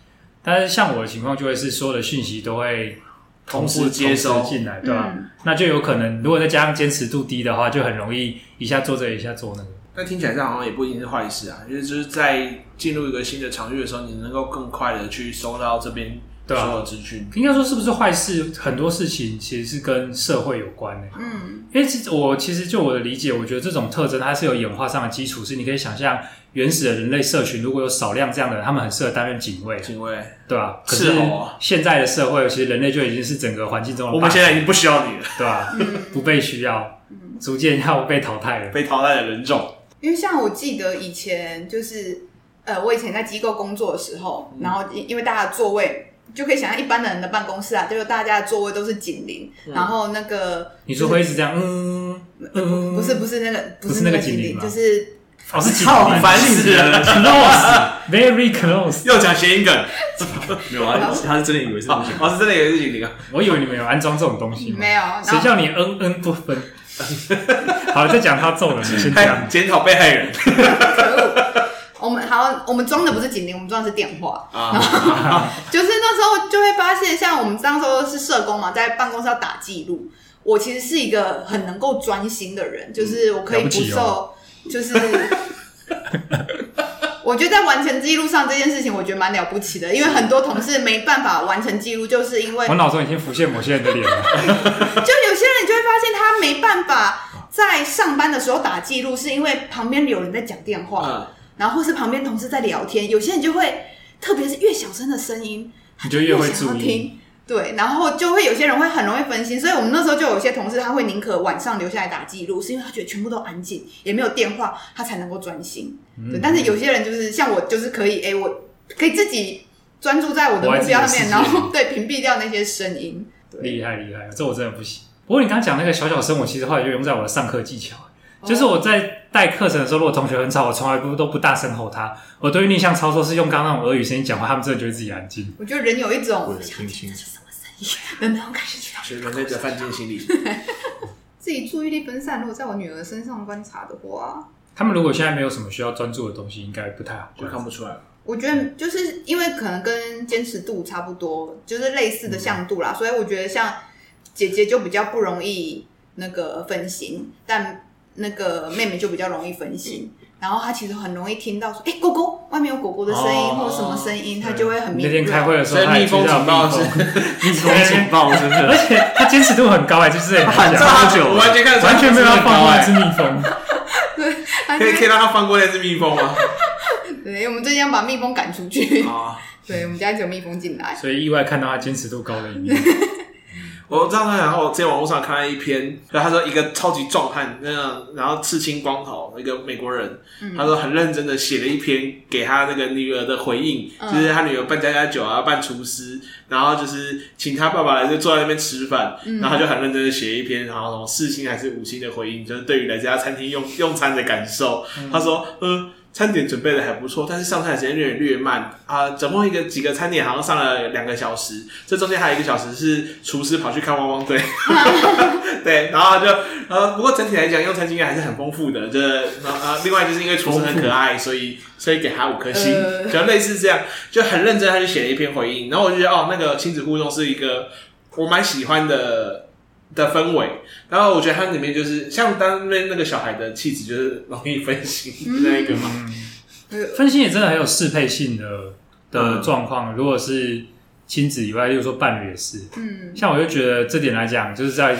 但是像我的情况就会是所有的讯息都会
同时
步
接收
同时进来，对啊吧、
嗯
那就有可能，如果再加上坚持度低的话，就很容易一下做这个，一下做那个。
但听起来这样好像也不一定是坏事啊，因为就是在进入一个新的场域的时候，你能够更快的去收到这边
对
所
啊
有的资讯。
应该说是不是坏事？很多事情其实是跟社会有关的、
嗯
因为其实我其实就我的理解，我觉得这种特征它是有演化上的基础，是你可以想象原始的人类社群如果有少量这样的人，他们很适合担任警卫，
警卫，
对吧？可
是
是
哦
现在的社会，其实人类就已经是整个环境中的霸
我们现在已经不需要你了，
对吧？
嗯，
不被需要，逐渐要被淘汰了。
被淘汰的人种。
因为像我记得以前就是，呃，我以前在机构工作的时候，然后因因为大家的座位就可以想象一般的人的办公室啊，就是大家的座位都是紧邻，
嗯
然后那个
你说会一直这样，嗯嗯，
不是不是那个不
不是
那
那
个
个
紧
紧邻
邻，
吗
就是
哦是紧
操烦死了
close，very
<laughs>
close。
又讲谐音
<laughs>
梗，
没有啊，他是真的以为是不
哦
想，
哦，是真的有一个警铃啊！
我以为你们有安装这种东西吗？
没有，然
谁
后
叫你嗯嗯不分？好，再讲他揍人，你先
<laughs>
哎
讲。
检讨被害人
可恶。我们好，我们装的不是警铃，我们装的是电话。
啊，
<laughs> 就是那时候就会发现，像我们当时候是社工嘛，在办公室要打记录。我其实是一是一个很能够专心的人，就是我可以
了不
不
起
受，
哦
就是我觉得在完成记录上这件事情，我觉得蛮了不起的，因为很多同事没办法完成记录，就是因为
我脑中已经浮现某些人的脸了。
就有些人你就会发现他没办法在上班的时候打记录，是因为旁边有人在讲电话，
嗯，
然后或是旁边同事在聊天，有些人就会，特别是越小声的声音，
你就越会
想要
注意
听。对，然后就会有些人会很容易分心，所以我们那时候就有些同事他会宁可晚上留下来打记录，是因为他觉得全部都安静，也没有电话，他才能够专心。
嗯
对，但是有些人就是像我，就是可以，哎，我可以自己专注在我的
我爱
目
自己
标
的世
上面，
界
然后对屏蔽掉那些声音。对，
厉害厉害，这我真的不行。不过你刚刚讲那个小小声，我其实后来就用在我的上课技巧，就是我在带课程的时候，如果同学很吵，我从来不都不大声吼他。我对于逆向操作是用刚刚那种俄语声音讲话，他们真的觉得自己安静。
我觉得人有一种
为了听清楚。
的那种感觉。
学人类的犯贱心理，
自己注意力分散，如果在我女儿身上观察的话，
他们如果现在没有什么需要专注的东西，应该不太好。
就看不出来。
我觉得就是因为可能跟坚持度差不多，就是类似的向度
嗯
啦，所以我觉得像姐姐就比较不容易那个分心，但那个妹妹就比较容易分心。
嗯
然后她其实很容易听到说，哎、狗狗，外面有狗狗的声音、
哦
或者什么声音，她
对
就会很敏
那天
感。
开会的时候，
所以
他也
蜜蜂
提到
警报
蜜蜂 <laughs> 蜜
公
蜂
情报真的
而且他坚持度很高哎、就是很
喊
讲，
超久
我完全看得出来
完全没有要放过一只
哎，
蜜蜂。
她就
可以可以
会
让他放过那只蜜蜂
<laughs>
吗？
对，我们最近要把蜜蜂赶出去。
哦
啊，
对，我们家只有蜜蜂进来。
所以意外看到他坚持度高的一面。
我知道他，然后我之前网络上看到一篇，然后他说一个超级壮汉，那样然后刺青光头，一个美国人，他说很认真的写了一篇给他那个女儿的回应，
嗯
就是他女儿扮家家酒啊，扮厨师，然后就是请他爸爸来就坐在那边吃饭，然后他就很认真的写一篇，然后什么四星还是五星的回应，就是对于来这家餐厅用用餐的感受，他说，嗯。餐点准备的还不错，但是上菜的时间略略慢啊。总共一个几个餐点好像上了两个小时，这中间还有一个小时是厨师跑去看汪汪队， <laughs> 对，然后他就呃，不过整体来讲用餐经验还是很丰富的。这呃，另外就是因为厨师很可爱，所以所以给他五颗星，
呃
就类似这样，就很认真，他就写了一篇回应。然后我就觉得哦，那个亲子互动是一个我蛮喜欢的的氛围。然后我觉得它里面就是像当面那个小孩的气质，就是容易分心那一个嘛。
嗯分心也真的很有适配性的的
嗯
状况，如果是亲子以外，例如说伴侣也是，
嗯，
像我就觉得这点来讲，就是在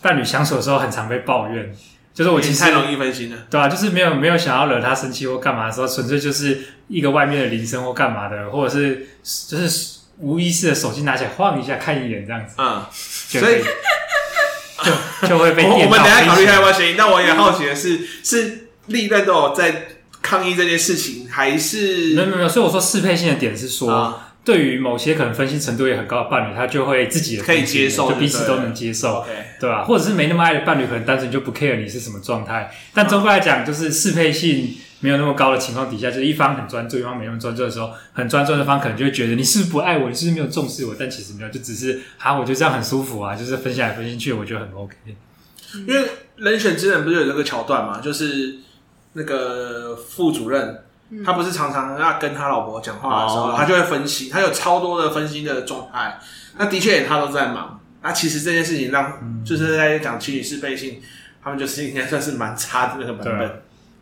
伴侣相处的时候，很常被抱怨，就是我其实
太容易分心了。
对啊，就是没有没有想要惹他生气或干嘛的时候，纯粹就是一个外面的铃声或干嘛的，或者是就是无意识的手机拿起来晃一下看一眼这样子，
嗯，
就
所以
会就就会被
我我
电
们
到
等一下考虑一下要
飞
不
起
要
来
谐音。但我也好奇的是，是历任都有在抗议这件事情，还
没有没
是
有没有，所以我说适配性的点是说，
啊
对于某些可能分析程度也很高的伴侣，他就会自己也
可以
分析
接受
就彼
就
此
对
都
了
能接受，
？OK，
对吧、或者是没那么爱的伴侣，可能单纯就不 care 你是什么状态。但总归来讲，就是适配性没有那么高的情况底下，就是一方很专注，一方没那么专注的时候，很专注的方可能就会觉得你是不是不爱我，你是不是没有重视我？但其实没有，就只是啊，我就这样很舒服啊，就是分下来分进去，我觉得很 OK。
因为《人选之人》不是有这个桥段嘛，就是那个副主任，他不是常常要跟他老婆讲话的时候，
哦
他就会分析，他有超多的分心的状态。那的确他都在忙。那其实这件事情让、
嗯
就是在讲情侣适配性，他们就是应该算是蛮差的那个版
对
本
啊。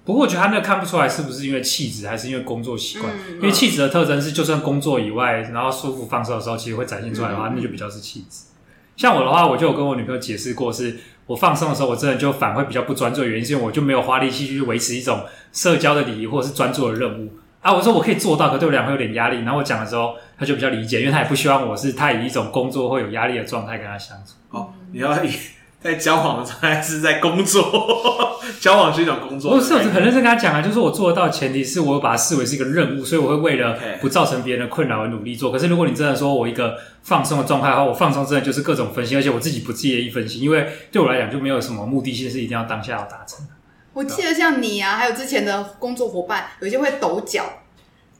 不过我觉得他那个看不出来是不是因为气质，还是因为工作习惯。
嗯
因为气质的特征是，就算工作以外，然后舒服放松的时候，其实会展现出来的话，
嗯
那就比较是气质。像我的话，我就有跟我女朋友解释过是，我放松的时候，我真的就反会比较不专注的原因，是因为我就没有花力气去维持一种社交的礼仪或者是专注的任务啊。我说我可以做到，可对我俩会有点压力。然后我讲的时候，她就比较理解，因为她也不希望我是太以一种工作会有压力的状态跟她相处。
哦，你要以在交往的状态是在工作， <laughs> 交往是一种工作。
我是有很认真跟他讲啊，就是我做得到，前提是我把它视为是一个任务，所以我会为了
OK
不造成别人的困扰而努力做。可是如果你真的说我一个放松的状态的话，我放松真的就是各种分析，而且我自己不介意分析，因为对我来讲就没有什么目的性是一定要当下要达成的。
我记得像你啊，还有之前的工作伙伴，有些会抖脚，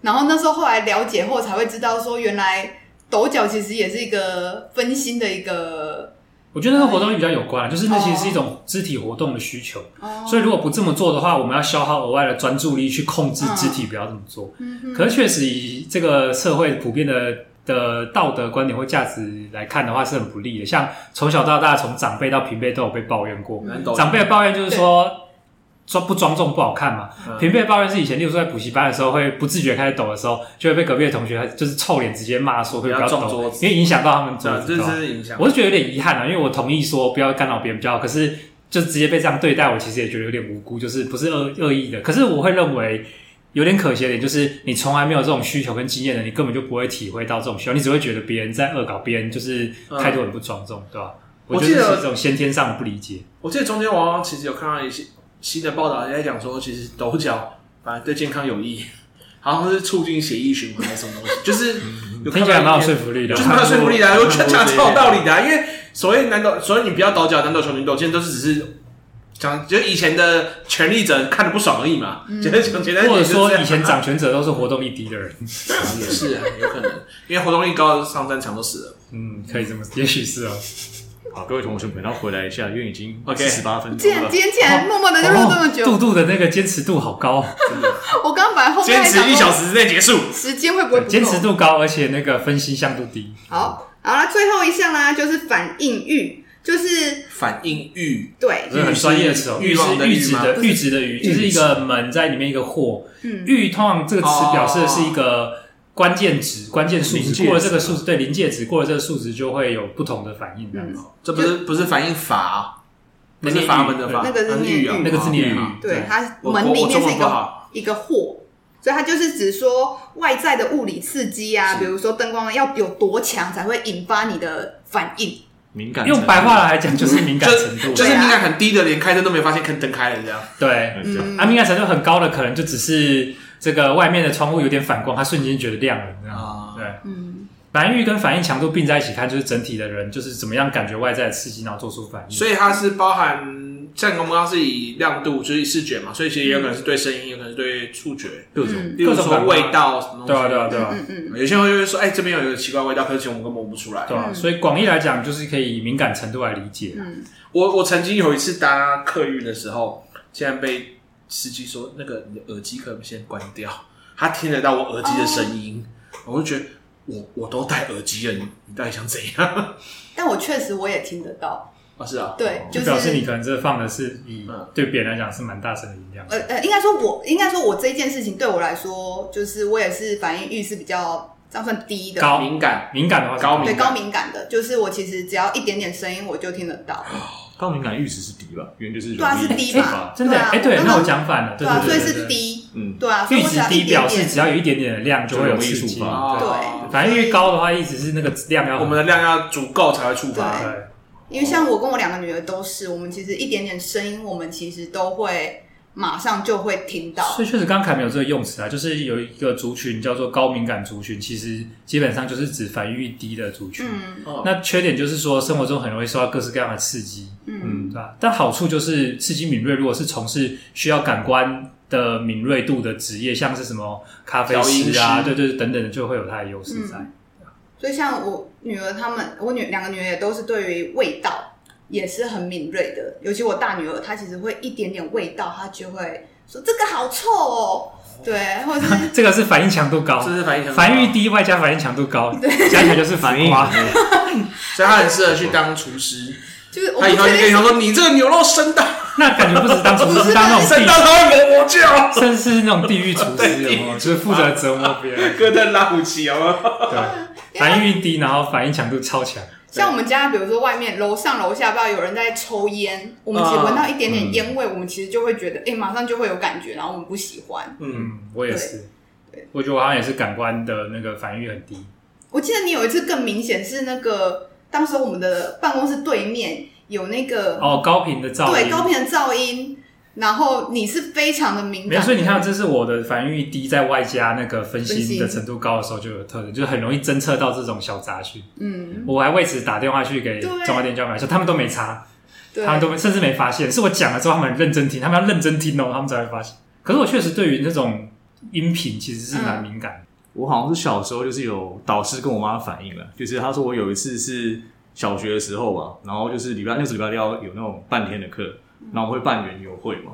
然后那时候后来了解后才会知道，说原来抖脚其实也是一个分心的一个。
我觉得那个活动力比较有关啊，就是那其实是一种肢体活动的需求，
哦
所以如果不这么做的话，我们要消耗额外的专注力去控制肢体不要这么做。
嗯哼
可是确实以这个社会普遍的的道德观点或价值来看的话，是很不利的。
嗯
像从小到大，从长辈到平辈都有被抱怨过，
难懂
长辈的抱怨就是说。装不庄重不好看嘛。
嗯
平辈抱怨是以前，例如说在补习班的时候，会不自觉开始抖的时候，就会被隔壁的同学就是臭脸直接骂说会不
不
要
要撞
抖
桌，子
因为影响到他们
这
桌
样
子。
啊这
对吧
是影响。
我是觉得有点遗憾啊，因为我同意说不要干扰别人比较好，可是就直接被这样对待，我其实也觉得有点无辜，就是不是恶恶意的。可是我会认为有点可惜的点，就是你从来没有这种需求跟经验的，你根本就不会体会到这种需求，你只会觉得别人在恶搞，别人就是态度很不庄重，对吧？
我
觉得
记得
这是一种先天上的不理解。
我记得中间我好像其实有看到一些新的报道，也在讲说，其实抖脚反而对健康有益， <laughs> 好像是促进血液循环还是什么东西，
<laughs>
就是有
听
看
起来蛮
到
有
一些
说服力的。
就是蛮有说服力
<laughs>
的、啊，
看
我
过
讲讲超有道理的、啊，因为所谓南斗，所以你不要倒脚南斗球女斗，现在都是只是讲，就以前的权力者看的不爽而已嘛，就是讲简单一
或
点就是
者
这样，
说以前掌权者都是活动力低的人，
<laughs> 也是啊，有可能，因为活动力高的上战场都死了。
嗯，可以这么，也许是哦。
好，各位同学们要回来一下，因为已经
OK
十八分
竟
钟
然
了。
今天竟然默默的就录这么久，
嗯哦杜杜的那个坚持度好高，
我刚刚本来后面
坚
还想
持一小
说
时之内结束，
时间会不会不够？
坚持度高，而且那个分析向度低。
好，好啦，最后一项啦，就是反应欲，就是
反应欲
对，
这是
嗯
很专业的词哦，
欲
阈
望
是
的
阈
欲
值
吗嗯
的阈值的阈，就是一个门在里面一个或。
嗯
阈通常这个词表示的是一
哦
个关键值、关键数
临
值，
界
过了这
值
个数值，对临界值过了这个数值就会有不同的反应，这样子。
这不是不是反应法、啊，不
那
是
念
阀
欲
门的
对
阀，
那个是
它
念
欲啊
欲，
那个是念欲
啊
对，它
我
门里面是一
我中文不
个
好
一个货，所以它就是指说外在的物理刺激啊，比如说灯光要有多强才会引发你的反应。
敏
嗯
感
用白话来讲就是敏感程度
就
了，
就是敏感很低的，连开灯都没发现，灯开了这样。
对。
程度，
啊，敏感程度很高的，可能就只是这个外面的窗户有点反光，他瞬间觉得亮了，这样。
啊
对，
嗯，
反应力跟反应强度并在一起看，就是整体的人就是怎么样感觉外在的刺激，然后做出反应。
所以它是包含像我们刚刚是以亮度，就是以视觉嘛，所以其实也有可能是对声音，有可能是对触觉，
各
种
种
嗯
例如说味道什么东西。
对啊，对啊，对啊，
嗯嗯，
有些人会就会说，哎、这边有一个奇怪味道，可是其实我们根本闻不出来。
对啊。所以广义来讲，就是可以以敏感程度来理解。
嗯
我我曾经有一次搭客运的时候，竟然被司机说那个你的耳机可不可以先关掉，他听得到我耳机的声音，我就觉得我我都戴耳机了，你你到底想怎样？ <laughs>
但我确实我也听得到，
啊，是啊，
对，
哦就
就
表示
是
你可能这放的是以
嗯
对别人来讲是蛮大声的音量。
呃呃，应该说我应该说我这一件事情对我来说，就是我也是反应欲是比较这样算低的，
高
敏感，
敏感的话是
高
对
敏
高敏感的，就是我其实只要一点点声音我就听得到，
高敏感阈值是低吧？原就是容易
对啊是低
引
吧
发
真的
对啊
哦哎，对
我，刚
那
好
我讲反了，对
对啊，所
对
以
对
是
对。
低，
嗯，
对啊，所以
阈
我只要
值
一
低
点
表示只
点，
要有一点点的量就会有刺
就容易
激
触，发
哦
对
反应力高的话，意思是那个量要
我们的量要足够才会触发。哦
对
对。
因为像我跟我两个女儿都是，我们其实一点点声音，我们其实都会马上就会听到。
所以确实，刚刚凯没有这个用词啊，就是有一个族群叫做高敏感族群，其实基本上就是指反应力低的族群。
嗯
哦
那缺点就是说，生活中很容易受到各式各样的刺激，
嗯，
对吧？但好处就是刺激敏锐，如果是从事需要感官的敏锐度的职业，像是什么咖啡师
调
啊，
音
对对对等等的，就会有它的优势在。
所以像我女儿她们，我女两个女儿也都是对于味道也是很敏锐的，尤其我大女儿，她其实会一点点味道，她就会说这个好臭哦，对，或者是
<laughs>
这个是反应强度高
这，是反应强，
反应力，低外加反应强度高，加起来就是
反
反
应
应。
所以他很适合去当厨师。
就是我
他以
不
后就
确
跟你
定
说：“你这个牛肉生到 <laughs>
那感觉不止当厨师，是当那种
生
地
到他会磨我叫，
甚至是那种地狱厨师，有没有？就是负责折磨别人。
哥特拉姆齐好吗？
对，反应力低，然后反应强度超强。
像我们家，比如说外面楼上楼下，不知道有人在抽烟，我们只闻到一点
嗯
点烟味，我们其实就会觉得，哎、马上就会有感觉，然后我们不喜欢。
嗯，
嗯，我也是。我觉得我好像也是感官的那个反应很低。
我记得你有一次更明显是那个，当时我们的办公室对面有那个、
哦，高频的噪音。
对高频的噪音，然后你是非常的敏
没有，
感，
所以你看，这是我的反应力低，在外加那个分心的程度高的时候，就有特点，就是很容易侦测到这种小杂讯。
嗯，
我还为此打电话去给
对
中华电交买，说他们都没查，
对
他，们都没甚至没发现，是我讲了之后，他们很认真听，他们要认真听哦，他们才会发现。可是我确实对于那种音频其实是蛮敏感的。
我好像是小时候就是有导师跟我妈反映了，就是她说我有一次是小学的时候吧，然后就是礼拜那时候礼拜六要有那种半天的课，然后我们会办园游会嘛，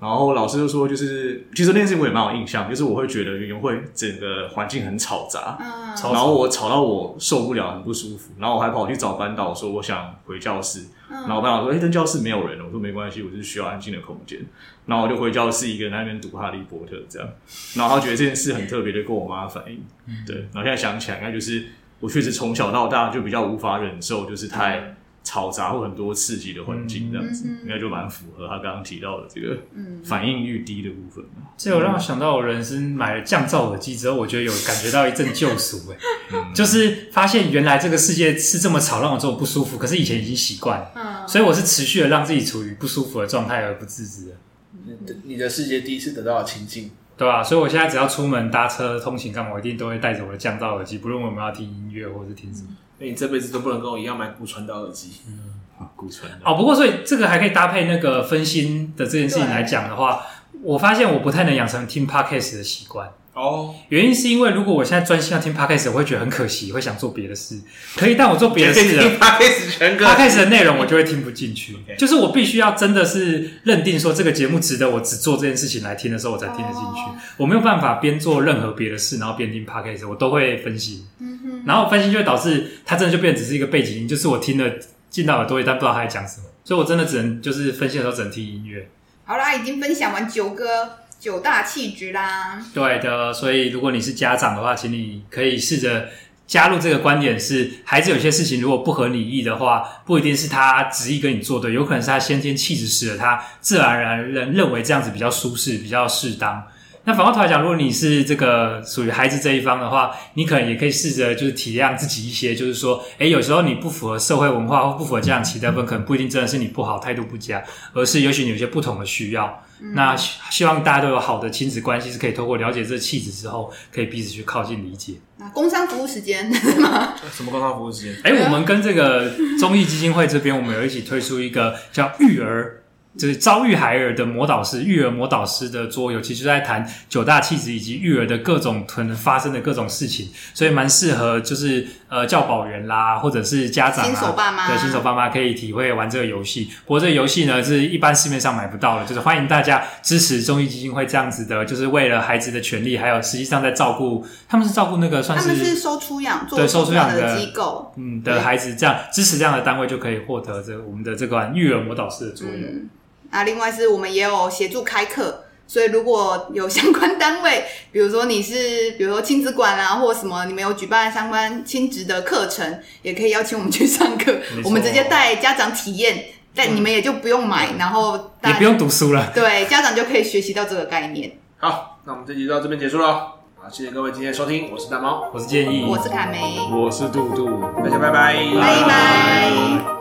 然后老师就说，就是其实那件事情我也蛮有印象，就是我会觉得园游会整个环境很吵杂，
嗯，
超
然后我吵到我受不了，很不舒服，然后我还跑去找班导说我想回教室，
嗯
然后班导说，哎、但教室没有人了，我说没关系，我是需要安静的空间，然后我就回教室一个人在那边读哈利波特这样，然后他觉得这件事很特别的跟我妈反映，对，然后现在想起来，那就是我确实从小到大就比较无法忍受，就是太吵杂或很多刺激的环境这样子，
嗯嗯嗯嗯
应该就蛮符合他刚刚提到的这个
嗯
反应欲低的部分嘛。
这有让我想到，我人生买了降噪耳机之后，我觉得有感觉到一阵救赎、欸，就是发现原来这个世界是这么吵，让我这么不舒服。可是以前已经习惯了，
嗯，
所以我是持续的让自己处于不舒服的状态而不自知的，
你的你的世界第一次得到了清静，
对吧、所以我现在只要出门搭车、通勤干嘛，我一定都会带着我的降噪耳机，不论我们要听音乐或者是听什么。
那你这辈子都不能跟我一样买骨传导耳机。
啊，顾存的
哦，不过所以这个还可以搭配那个分心的这件事情来讲的话，我发现我不太能养成听 podcast 的习惯。
哦，
原因是因为如果我现在专心要听 podcast，我会觉得很可惜，会想做别的事。可以，但我做别的事了，
他开始全哥，
他开始的内容我就会听不进去
OK，
就是我必须要真的是认定说这个节目值得我只做这件事情来听的时候，我才听得进去
哦。
我没有办法边做任何别的事，然后边听 podcast，我都会分析，
嗯哼，
然后分析就会导致它真的就变成只是一个背景音，就是我听了进到耳朵里，但不知道他在讲什么，所以我真的只能就是分析的时候只能听音乐。
好啦，已经分享完九个九大气质啦。
对的，所以如果你是家长的话，请你可以试着加入这个观点是：孩子有些事情如果不合你意的话，不一定是他执意跟你作对，有可能是他先天气质使得他自然而然认认为这样子比较舒适、比较适当。那反过头来讲，如果你是这个属于孩子这一方的话，你可能也可以试着就是体谅自己一些，就是说，诶，有时候你不符合社会文化或不符合家长期待分，可能不一定真的是你不好、态度不佳，而是也许你有些不同的需要。那希希望大家都有好的亲子关系，是可以透过了解这气质之后，可以彼此去靠近理解。
那工商服务时间是
哦
<laughs> 吗？
什么工商服务时间？
啊
哎、我们跟这个综艺基金会这边，我们有一起推出一个叫育儿。 <laughs> 就是遭遇孩儿的魔导师、育儿魔导师的桌游，其实就在谈九大气质以及育儿的各种可能发生的各种事情，所以蛮适合就是呃教保员啦，或者是家长、啊、
新手爸妈
对新手爸妈可以体会玩这个游戏。不过这个游戏呢是一般市面上买不到的，就是欢迎大家支持中医基金会这样子的，就是为了孩子的权利，还有实际上在照顾他们是照顾那个算
他
是
们是收出养做
对收出养的
的机构。
嗯的孩子这样支持这样的单位，就可以获得这我们的这款育儿魔导师的作用。
嗯，啊，另外是我们也有协助开课，所以如果有相关单位，比如说你是比如说亲子馆啊，或什么，你们有举办相关亲职的课程，也可以邀请我们去上课
没，错
我们直接带家长体验，但你们也就不用买，然后大
也
家
不用读书了，
对家长就可以学习到这个概念。
好，那我们这集到这边结束了。好，谢谢各位今天的收听，我是大猫，
我是建议，
哦
我是凯梅，
我是杜杜。
大家拜拜，
拜拜